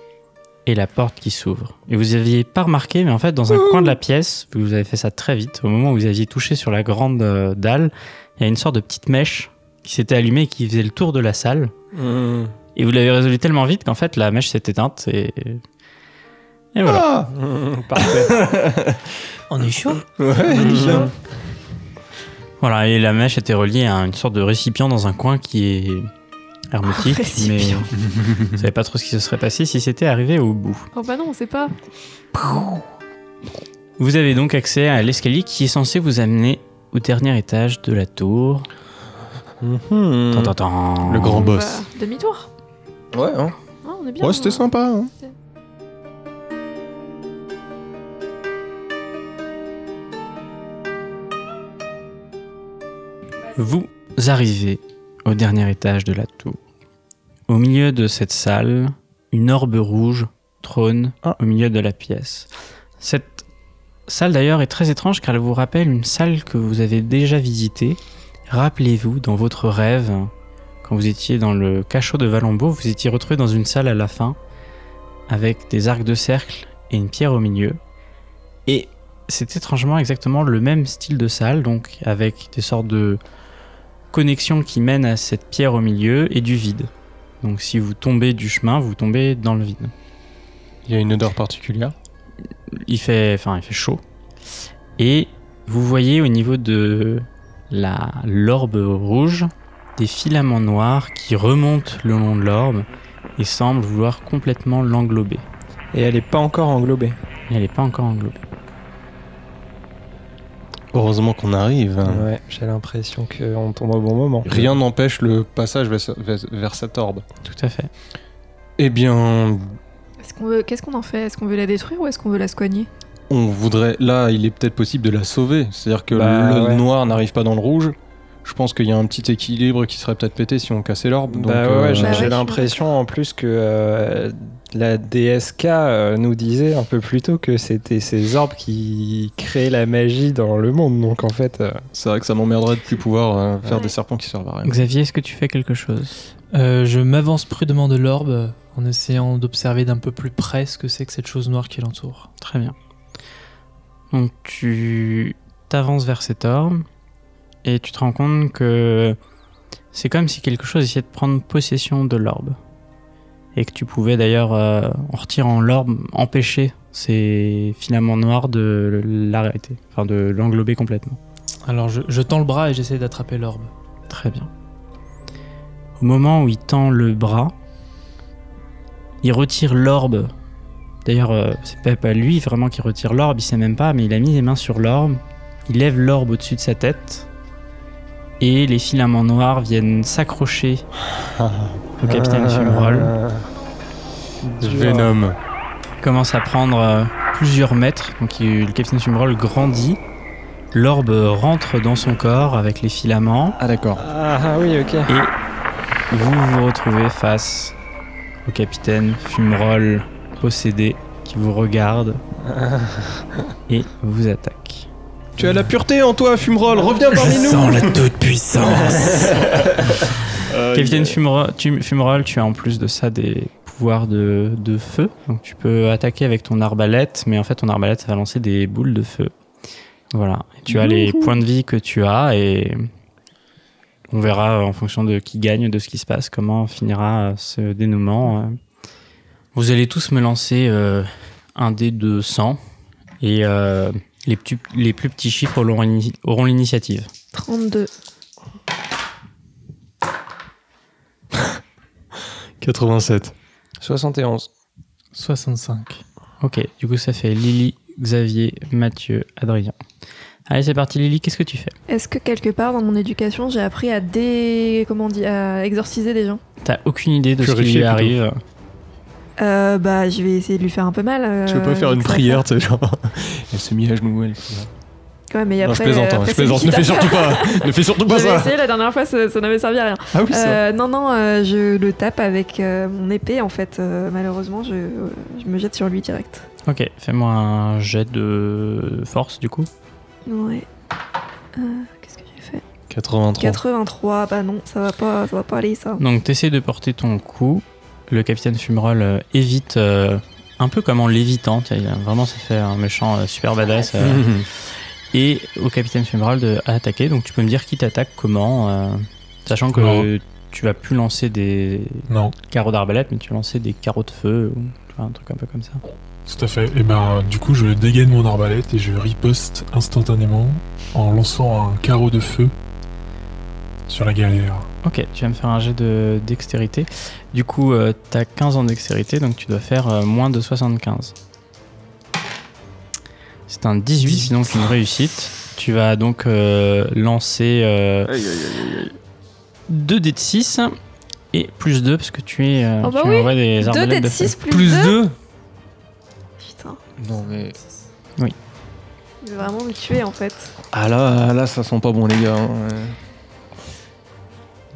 B: et la porte qui s'ouvre. Et vous aviez pas remarqué, mais en fait, dans un coin de la pièce, vous avez fait ça très vite, au moment où vous aviez touché sur la grande euh, dalle, il y a une sorte de petite mèche qui s'était allumée et qui faisait le tour de la salle.
E: Mmh.
B: Et vous l'avez résolu tellement vite qu'en fait, la mèche s'est éteinte et... Et voilà.
D: Ah
H: On est chaud
E: Mmh.
B: Voilà, et la mèche était reliée à une sorte de récipient dans un coin qui est hermétique, mais
C: Récipient.
B: vous savez pas trop ce qui se serait passé si c'était arrivé au bout.
C: Oh bah non, on sait pas.
B: Vous avez donc accès à l'escalier qui est censé vous amener au dernier étage de la tour.
E: Mmh.
B: Tan, tan, tan.
D: Le grand boss.
C: Bah, Demi-tour.
D: Ouais, hein.
C: Ah, on est bien.
D: ouais c'était sympa. Hein.
B: Vous arrivez au dernier étage de la tour. Au milieu de cette salle, une orbe rouge trône au milieu de la pièce. Cette salle d'ailleurs est très étrange car elle vous rappelle une salle que vous avez déjà visitée. Rappelez-vous dans votre rêve, quand vous étiez dans le cachot de Valombo, vous étiez retrouvé dans une salle à la fin avec des arcs de cercle et une pierre au milieu. Et c'est étrangement exactement le même style de salle, donc avec des sortes de connexions qui mènent à cette pierre au milieu et du vide. Donc si vous tombez du chemin, vous tombez dans le vide.
D: Il y a une odeur particulière.
B: Il fait, enfin, il fait chaud. Et vous voyez au niveau de la l'orbe rouge des filaments noirs qui remontent le long de l'orbe et semblent vouloir complètement l'englober.
E: Et elle est pas encore englobée.
B: Et Elle n'est pas encore englobée.
D: Heureusement qu'on arrive. hein.
E: Ouais. J'ai l'impression qu'on tombe au bon moment.
D: Rien n'empêche le passage vers, vers- vers cette orbe.
B: Tout à fait.
D: Eh bien,
C: Est-ce qu'on veut- Qu'est-ce qu'on en fait Est-ce qu'on veut la détruire ou est-ce qu'on veut la soigner
D: on voudrait. Là, il est peut-être possible de la sauver. C'est-à-dire que
E: Bah,
D: le
E: ouais.
D: noir n'arrive pas dans le rouge. Je pense qu'il y a un petit équilibre qui serait peut-être pété si on cassait l'orbe. donc,
E: bah ouais,
D: euh,
E: ouais, j'ai-
C: Bah ouais, je
E: j'ai
C: suis
E: l'impression en plus que euh, la DSK euh, nous disait un peu plus tôt que c'était ces orbes qui créaient la magie dans le monde. Donc en fait, euh,
D: C'est vrai que ça m'emmerderait de plus pouvoir euh, faire
C: Ouais.
D: des serpents qui servent à rien.
B: Xavier, est-ce que tu fais quelque chose
H: Euh, je m'avance prudemment de l'orbe euh, en essayant d'observer d'un peu plus près ce que c'est que cette chose noire qui l'entoure.
B: Très bien. Donc tu t'avances vers cet orbe et tu te rends compte que c'est comme si quelque chose essayait de prendre possession de l'orbe. Et que tu pouvais d'ailleurs, euh, en retirant l'orbe, empêcher c'est finalement noir de l'arrêter, enfin de l'englober complètement.
H: Alors je, je tends le bras et j'essaie d'attraper l'orbe.
B: Très bien. Au moment où il tend le bras, il retire l'orbe. D'ailleurs, euh, c'est pas, pas lui vraiment qui retire l'orbe, il sait même pas, mais il a mis les mains sur l'orbe. Il lève l'orbe au-dessus de sa tête. Et les filaments noirs viennent s'accrocher au capitaine Fumrol.
E: Ah,
D: Venom.
B: Il commence à prendre euh, plusieurs mètres. Donc il- le capitaine Fumrol grandit. L'orbe rentre dans son corps avec les filaments.
D: Ah d'accord.
E: Ah, ah oui, ok.
B: Vous vous retrouvez face au capitaine Fumerol possédé qui vous regarde et vous attaque.
D: Tu as la pureté en toi, Fumerol, reviens parmi nous
I: la toute puissance.
B: capitaine Fumerol, tu, Fumerol, tu as en plus de ça des pouvoirs de, de feu. Donc tu peux attaquer avec ton arbalète, mais en fait ton arbalète ça va lancer des boules de feu. Voilà. Et tu as les points de vie que tu as et on verra euh, en fonction de qui gagne, de ce qui se passe, comment finira euh, ce dénouement. euh. Vous allez tous me lancer euh, un dé de 100 et euh, les, petits- les plus petits chiffres auront ini- auront l'initiative.
C: 32.
D: 87.
E: 71.
H: 65.
B: Ok, du coup ça fait Lily, Xavier, Mathieu, Adrien. Allez, c'est parti Lily, qu'est-ce que tu fais
C: Est-ce que quelque part dans mon éducation, j'ai appris à dé... comment on dit À exorciser des gens
B: T'as aucune idée de ce qui
D: Purifier,
B: lui
D: plutôt.
B: arrive.
C: euh, Bah, je vais essayer de lui faire un peu mal.
D: Tu veux
C: euh,
D: pas faire
C: vu
D: une
C: que ça
D: prière, tu sais, genre. Elle se mit à genoux, elle.
C: fait- Ouais, mais
D: Non,
C: après,
D: je plaisante,
C: euh,
D: hein,
C: après,
D: je
C: c'est
D: plaisante. Ne
C: lui qui
D: fais
C: t'a-
D: surtout pas, ne fais surtout pas
C: J'avais
D: ça.
C: essayé la dernière fois, ça, ça n'avait servi à rien.
D: Ah oui, ça.
C: Euh, non, non, euh, je le tape avec euh, mon épée en fait. Euh, malheureusement, je, euh, je me jette sur lui direct.
B: Ok, fais-moi un jet de force du coup.
C: Ouais. Euh, Qu'est-ce que j'ai fait
D: 83.
C: 83, bah non, ça va pas, ça va pas aller ça.
B: Donc t'essaies de porter ton coup. Le capitaine Fumerol euh, évite euh, un peu comme en l'évitant. Tiens, il a vraiment ça fait un méchant euh, super badass. euh.
I: Mm.
B: et au capitaine Fumerol de à attaquer. Donc tu peux me dire qui t'attaque, comment, euh, sachant que
I: Non.
B: euh, tu vas plus lancer des
I: Non,
B: carreaux d'arbalète, mais tu vas lancer des carreaux de feu ou tu vois, un truc un peu comme ça.
I: tout à fait.
J: Eh
I: Et ben, du coup, je dégaine mon arbalète et je riposte instantanément en lançant un carreau de feu sur la galère.
B: Ok, tu vas me faire un jet de dextérité. Du coup, euh, t'as 15 en dextérité, donc tu dois faire euh, moins de 75. C'est un 18, c'est donc une réussite. Tu vas donc euh, lancer euh, 2 dés de 6 et plus 2 parce que tu es euh,
C: Oh bah
B: tu
C: oui,
B: envoies des
C: 2
B: arbalètes
C: dés de
B: de feu.
C: 6 plus,
G: Plus
C: 2.
G: 2
C: Putain,
D: Non mais.
C: il veut vraiment me tuer en fait.
D: Ah là, là, ça sent pas bon, les gars. hein.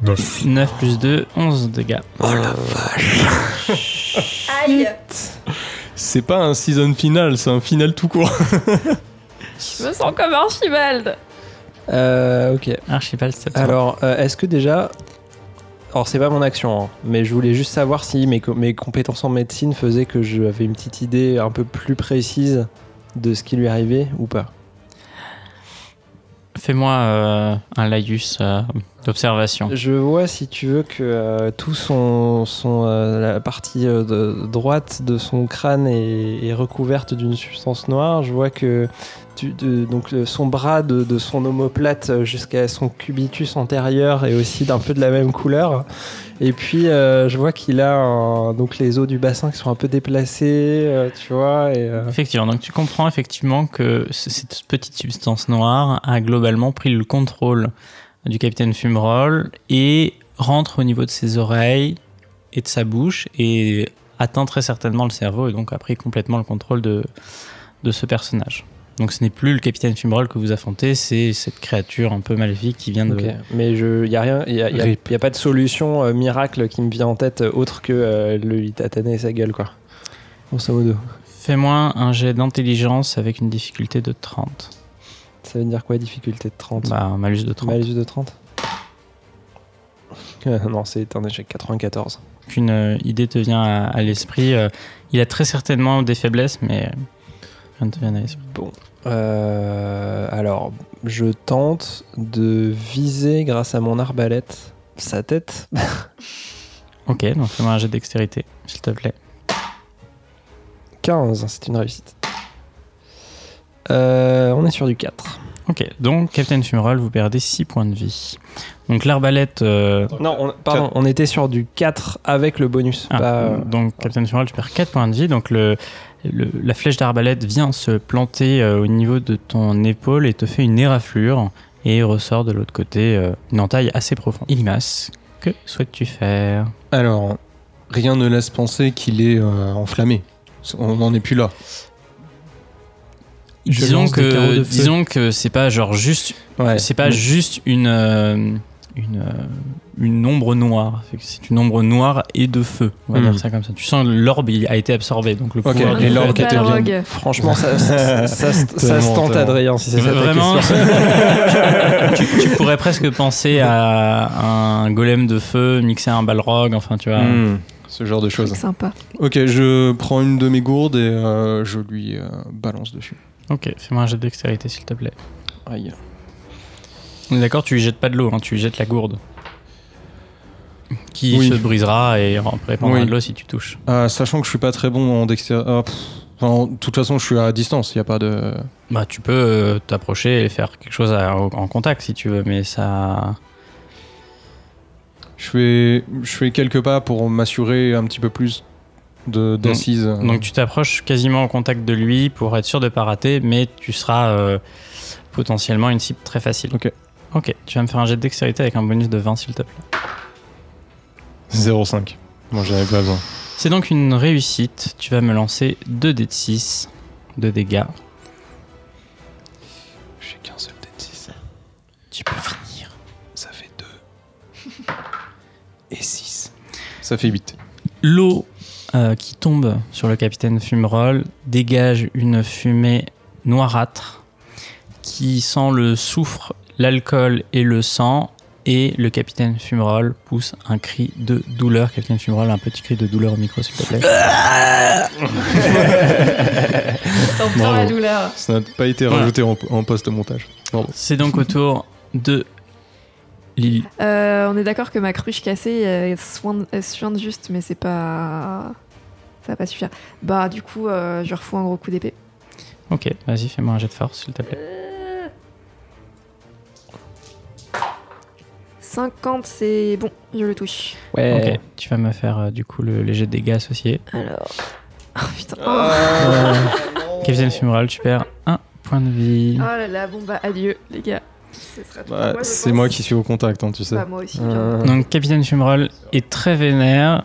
I: 9.
B: 9 plus 2, 11 dégâts.
C: Aïe
D: C'est pas un season final, c'est un final tout court.
C: Je me sens comme Archibald
E: Euh, ok.
B: Archibald, c'est à toi.
E: Alors, euh, est-ce que déjà. Alors, c'est pas mon action, hein, mais je voulais juste savoir si mes, co- mes compétences en médecine faisaient que j'avais une petite idée un peu plus précise de ce qui lui arrivait ou pas.
B: Fais-moi euh, un laïus euh, d'observation.
E: Je vois, si tu veux, que euh, tout son, son euh, la partie euh, de- droite de son crâne est, est recouverte d'une substance noire. Je vois que tu, de- donc le- son bras de, de son omoplate jusqu'à son cubitus antérieur est aussi d'un peu de la même couleur. Et puis euh, je vois qu'il a un- donc les os du bassin qui sont un peu déplacés, euh, tu vois. Et, euh,
B: Effectivement, donc tu comprends effectivement que c- cette petite substance noire a globalement pris le contrôle du capitaine Fumerol et rentre au niveau de ses oreilles et de sa bouche et atteint très certainement le cerveau et donc a pris complètement le contrôle de, de ce personnage. Donc ce n'est plus le capitaine Fumerol que vous affrontez, c'est cette créature un peu maléfique qui vient de...
E: Ok, Mais je, y a rien, y a, y a-
D: Rip.
E: y a pas de solution euh, miracle qui me vient en tête euh, autre que euh, lui tataner sa gueule quoi. Grosso modo.
B: Fais-moi un jet d'intelligence avec une difficulté de 30.
E: Ça veut dire quoi difficulté de 30
B: Bah, un malus de 30.
E: Malus de 30 Euh, Non, c'est un échec 94.
B: qu'une euh, idée te vient à, à l'esprit. Euh, il a très certainement des faiblesses, mais euh, rien ne te vient à l'esprit.
E: Euh, alors, je tente de viser grâce à mon arbalète sa tête.
B: Ok, donc fais-moi un jet de dextérité, s'il te plaît.
E: 15, c'est une réussite. Euh, on est sur du 4.
B: Ok, donc Captain Fumerol, vous perdez 6 points de vie. Donc l'arbalète. euh,
E: Non, on- pardon, on était sur du 4 avec le bonus.
B: ah,
E: pas, euh,
B: donc Captain Fumerol, tu perds 4 points de vie. Donc le, le- la flèche d'arbalète vient se planter euh, au niveau de ton épaule et te fait une éraflure et ressort de l'autre côté euh, une entaille assez profonde. Ilimas, que souhaites-tu faire
D: Alors, rien ne laisse penser qu'il est euh, enflammé. On n'en est plus là.
H: Je
B: Disons
H: lance des carreaux
B: que,
H: de feu.
B: disons que c'est pas genre juste,
E: ouais.
B: c'est
D: Mm.
B: pas juste une, euh, une, euh, une ombre noire. C'est que C'est une ombre noire et de feu. On va
D: Hmm.
B: dire ça comme ça. Tu sens que l'orbe il a été absorbé, donc le
D: Ok,
B: pouvoir du
D: et
B: feu a
D: l'orbe
B: été
D: était
B: absorbé.
D: bien.
C: Rogue.
E: Franchement, ça, ça, ça- ça- ça se
D: Tellement,
E: tente,
D: tellement.
E: Adrien, si c'est ça ta
B: Vraiment,
E: question.
B: tu, tu pourrais presque penser à un golem de feu mixé à un balrog, enfin tu vois.
D: Hmm, Ce genre de choses.
C: Sympa.
D: Ok, je prends une de mes gourdes et euh, je lui euh, balance dessus.
B: Ok, fais-moi un jet de dextérité s'il te plaît.
D: Aïe.
B: On est D'accord, tu lui jettes pas de l'eau, hein, tu lui jettes la gourde. Qui
D: Oui.
B: se brisera et en répandra
D: Oui.
B: de l'eau si tu touches.
D: Euh, sachant que je suis pas très bon en ah, dextérité. de toute façon, je suis à distance, il n'y a pas de.
B: Bah, tu peux euh, t'approcher et faire quelque chose à- au- en contact si tu veux, mais ça.
D: Je fais, je fais quelques pas pour m'assurer un petit peu plus de- d'assises.
B: Donc, tu t'approches quasiment en contact de lui pour être sûr de pas rater, mais tu seras euh, potentiellement une cible très facile.
D: Ok.
B: Ok, tu vas me faire un jet de dextérité avec un bonus de 20 s'il te plaît.
D: 0,5. Bon, j'en avais pas besoin.
B: C'est donc une réussite. Tu vas me lancer 2 dés de 6 de dégâts.
D: J'ai qu'un seul dé de 6.
B: Tu peux finir.
D: Ça fait 2. Et 6. Ça fait 8.
B: L'eau euh, qui tombe sur le capitaine Fumerol dégage une fumée noirâtre qui sent le soufre, l'alcool et le sang. Et le capitaine Fumerol pousse un cri de douleur. Capitaine Fumerol, un petit cri de douleur au micro, s'il te plaît.
C: Sans
D: Bravo.
C: la douleur.
D: Ça n'a pas été
B: Voilà.
D: rajouté en, en post-montage.
B: C'est donc au tour de Lily.
C: Euh, on est d'accord que ma cruche cassée, elle soigne, elle soigne juste, mais c'est pas. Ça va pas suffire. Bah, du coup, euh, je refous un gros coup d'épée.
B: Ok, vas-y, fais-moi un jet de force, s'il te plaît.
C: 50, c'est bon, je le touche.
E: Ouais.
B: Ok, tu vas me faire euh, du coup le, les jets de dégâts associés.
C: Alors. Oh putain. Oh,
D: Ah.
B: Capitaine Fumerol, tu perds un point de vie.
C: Oh là là, bon bah, adieu, les gars. Ce sera tout pour
D: Bah,
C: je
D: c'est
C: pense.
D: moi qui suis au contact, hein, tu sais.
C: Bah, moi aussi. bien.
E: Euh,
B: Donc Capitaine Fumerol est très vénère.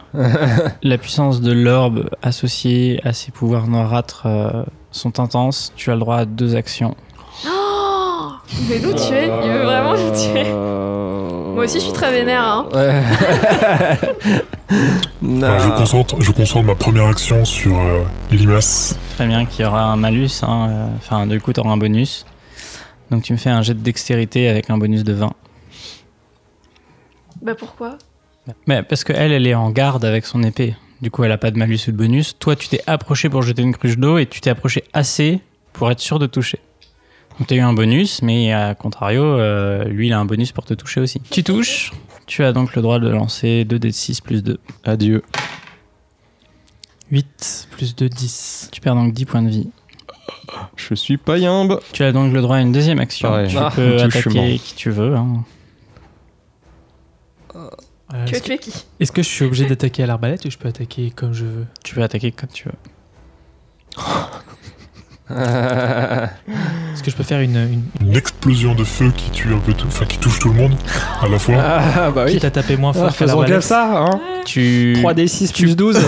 B: La puissance de l'orbe associée à ses pouvoirs noirâtres euh, sont intenses. Tu as le droit à deux actions.
C: Oh Il veut nous tuer, il veut vraiment nous tuer. Moi aussi, je suis très vénère, hein.
E: Euh, Ouais.
J: Bah,
E: Non.
J: je, concentre, je concentre ma première action sur euh, Elimas.
B: Très bien qu'il y aura un malus. hein, euh, Enfin, du coup, tu auras un bonus. Donc tu me fais un jet de dextérité avec un bonus de 20.
C: Bah, pourquoi
B: Mais parce que elle, elle est en garde avec son épée. Du coup, elle a pas de malus ou de bonus. Toi, tu t'es approché pour jeter une cruche d'eau et tu t'es approché assez pour être sûr de toucher. Donc, t'as eu un bonus, mais à contrario, euh, lui, il a un bonus pour te toucher aussi. Tu touches, tu as donc le droit de lancer 2 d 6 plus 2.
D: Adieu.
H: 8 plus 2, 10.
B: Tu perds donc 10 points de vie.
D: Je suis pas yimbe.
B: Tu as donc le droit à une deuxième action.
D: Pareil.
B: Tu
D: Ah,
B: peux
D: touche, je suis
B: attaquer qui tu veux. hein.
H: Euh,
C: Tu
H: Est-ce
C: veux
H: que,
C: tuer qui
H: est-ce que je suis obligé d'attaquer à l'arbalète ou je peux attaquer comme je veux
B: Tu peux attaquer comme tu veux.
H: Est-ce que je peux faire une, une...
J: Une explosion de feu qui tue un peu tout, enfin qui touche tout le monde à la fois.
E: Ah, bah oui.
H: quitte à taper moins
E: Ah,
H: fort qu'à
E: faisons comme
H: l'arbalète
E: ça, hein.
B: Tu,
E: 3D6 plus 12.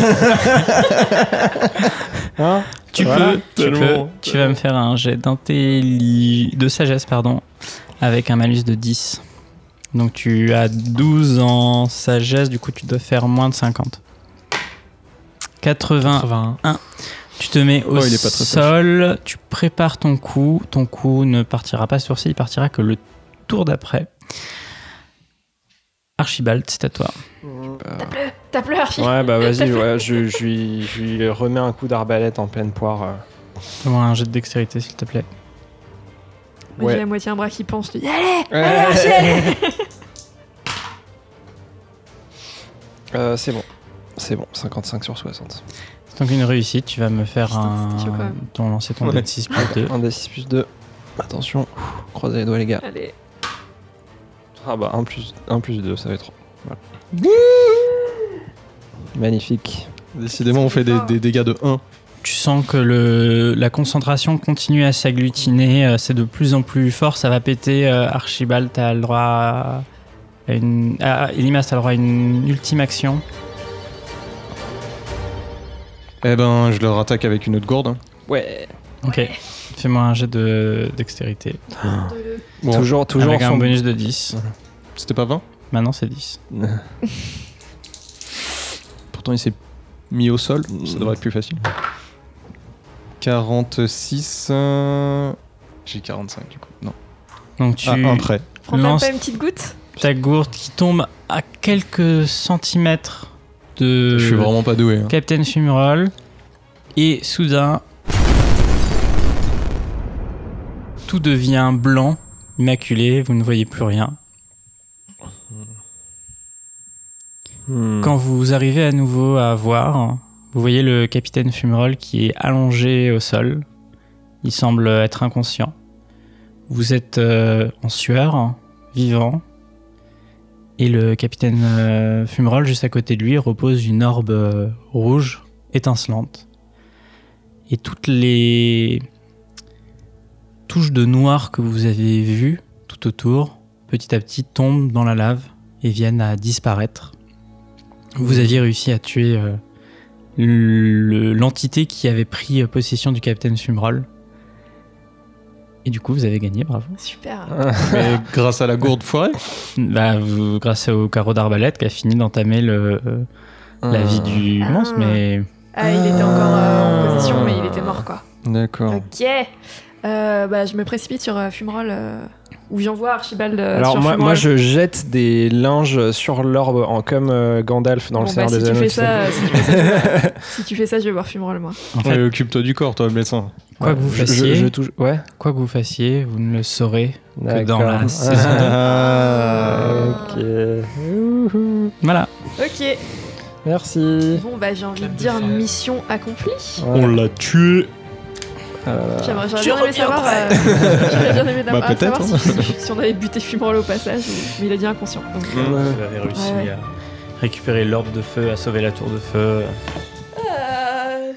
E: hein
B: tu,
E: Voilà,
B: peux, tu peux. Tu vas me faire un jet d'intelli... de sagesse, pardon, avec un malus de 10. Donc tu as 12 en sagesse, du coup tu dois faire moins de 50. 80.
H: 81.
B: Tu te mets au
D: Oh, il est pas très
B: sol, tu prépares ton coup, ton coup ne partira pas sur ci, il partira que le tour d'après. Archibald, c'est à toi.
C: T'as pleuré, Archie
E: Ouais, bah vas-y, ouais, je, je lui, je lui remets un coup d'arbalète en pleine poire. euh.
B: Fais-moi un jet de dextérité, s'il te plaît.
C: Moi,
E: Ouais.
C: j'ai la moitié un bras qui pense. Je dis, allez, allez, Archie
E: Euh, c'est bon. C'est bon, 55 sur 60.
B: Donc une réussite, tu vas me faire
C: Putain,
B: un...
C: c'était chaud, quand même.
B: ton lancer ton
E: Ouais.
B: dé de 6 plus 2.
E: 1 d 6 plus 2. Attention, Ouh, croisez les doigts, les gars.
C: Allez,
E: Ah bah, 1 plus, 1 plus 2, ça fait 3. Magnifique.
D: Décidément, on fait des, des dégâts de 1.
B: Tu sens que le, la concentration continue à s'agglutiner, euh, c'est de plus en plus fort, ça va péter. euh, Archibald, t'as le droit à une. Ah, Elimas, t'as le droit à une ultime action.
D: Eh ben, je leur attaque avec une autre gourde. hein.
E: Ouais.
B: Ok. Fais-moi un jet de dextérité.
C: de-
D: Bon,
E: toujours, toujours
B: Avec un
E: son
B: bonus de 10.
D: C'était pas 20
B: Maintenant, c'est 10.
D: Pourtant, il s'est mis au sol. Ça devrait être plus facile. 46. euh, J'ai 45 du coup. Non.
B: Donc, tu.
D: Ah, un près.
C: prends même
B: Lance-
C: pas une petite goutte
B: ta gourde qui tombe à quelques centimètres de
D: Je suis vraiment pas doué. hein.
B: Captain Fumerol et soudain tout devient blanc, immaculé, vous ne voyez plus rien.
E: Hmm.
B: Quand vous arrivez à nouveau à voir, vous voyez le capitaine Fumerol qui est allongé au sol. Il semble être inconscient. Vous êtes euh, en sueur, vivant. Et le capitaine euh, Fumerol, juste à côté de lui, repose une orbe euh, rouge, étincelante. Et toutes les touches de noir que vous avez vues tout autour, petit à petit, tombent dans la lave et viennent à disparaître. Vous aviez réussi à tuer euh, le- l'entité qui avait pris euh, possession du capitaine Fumerol. Et du coup, vous avez gagné, bravo.
C: Super.
D: Mais grâce à la gourde foirée.
B: Bah, vous- grâce au carreau d'arbalète qui a fini d'entamer le, euh, la
E: Ah.
B: vie du
C: Ah.
B: monstre, mais
C: Ah, il était encore euh, en position, mais il était mort quoi.
E: D'accord.
C: Ok. Euh, bah, je me précipite sur euh, Fumerol euh, où j'envoie Archibald euh,
E: Alors
C: sur
E: moi,
C: Fumerol.
E: moi je jette des linges sur l'orbe en comme euh, Gandalf dans
C: Bon,
E: le
C: bah,
E: Seigneur
C: si
E: des
C: tu
E: Anneaux.
C: fais
E: tu sais.
C: ça, euh, si tu fais ça, je vais voir- si tu fais ça, je vais voir Fumerol moi.
B: en fait,
D: Ouais, Occupe-toi du corps, toi, le médecin.
B: quoi que vous
E: Je- je-
B: fassiez,
C: euh,
E: je touche- Ouais.
B: quoi que vous fassiez, vous ne le saurez. Que dans la
E: D'accord.
D: Ah.
B: saison deux.
E: Ah, ok. Youhou.
B: Voilà.
C: Euh, Ok.
E: Merci.
C: Bon bah j'ai envie de dire mission accomplie.
E: Ouais.
J: l'a tué
E: Bah.
C: J'aimerais j'aurais bien aimé savoir. euh, J'aurais bien aimé
D: Bah,
C: savoir
D: peut-être,
E: hein.
C: si, si on avait buté Fumerol au passage, ou- mais il a dit inconscient. donc, euh,
E: Ouais.
I: Vous avez réussi
C: réussi Ouais.
I: à récupérer l'orbe de feu, à sauver la tour de feu.
C: Euh,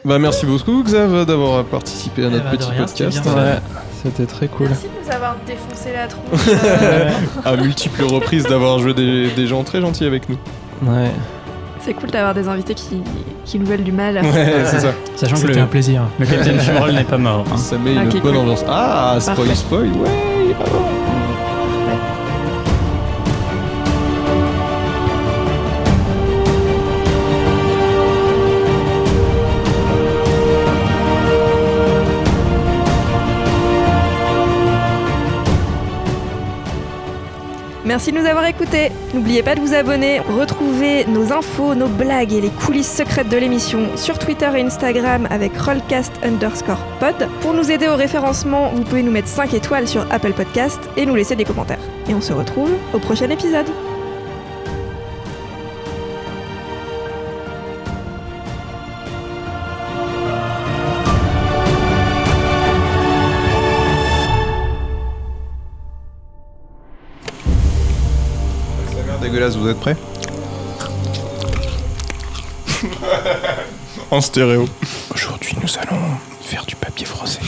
D: Bah, merci beaucoup, Xav, d'avoir participé à notre
H: bah, de
D: petit
H: rien, c'était
D: podcast.
H: bien.
E: Ouais, c'était très cool.
C: Merci de nous avoir défoncé la tronche. euh,
D: à multiples reprises d'avoir joué des, des gens très gentils avec nous.
E: Ouais.
C: C'est cool d'avoir des invités qui, qui nous veulent du mal.
D: Ouais, c'est ça.
B: Sachant que
H: C'était un
B: le,
H: plaisir.
B: le capitaine Fumerol n'est pas mort. hein.
D: Ça met
C: Ah,
D: une
C: qui est
D: bonne
C: cool.
D: ambiance. Ah, spoil,
C: Parfait.
D: spoil, ouais.
C: Merci de nous avoir écoutés. N'oubliez pas de vous abonner. Retrouvez nos infos, nos blagues et les coulisses secrètes de l'émission sur Twitter et Instagram avec Rollcast underscore pod. Pour nous aider au référencement, vous pouvez nous mettre 5 étoiles sur Apple Podcast et nous laisser des commentaires. Et on se retrouve au prochain épisode.
D: Dégueulasse, vous êtes prêts En stéréo. Aujourd'hui, nous allons faire du papier français.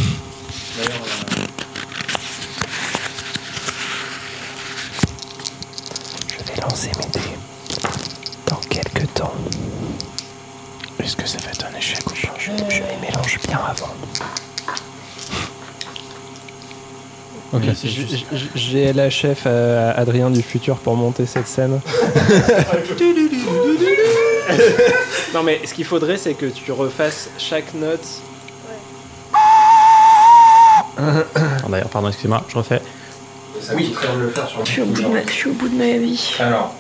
E: Je vais lancer mes dés dans quelques temps. Est-ce que ça va être un échec ou pas je, je les mélange bien avant.
D: Ok.
E: J'ai la chef euh, Adrien du futur pour monter cette scène. non mais ce qu'il faudrait c'est que tu refasses chaque note.
I: D'ailleurs, pardon, excusez-moi, je refais.
E: Oui, je le faire sur
C: Je suis au bout de ma, vie.
E: Alors,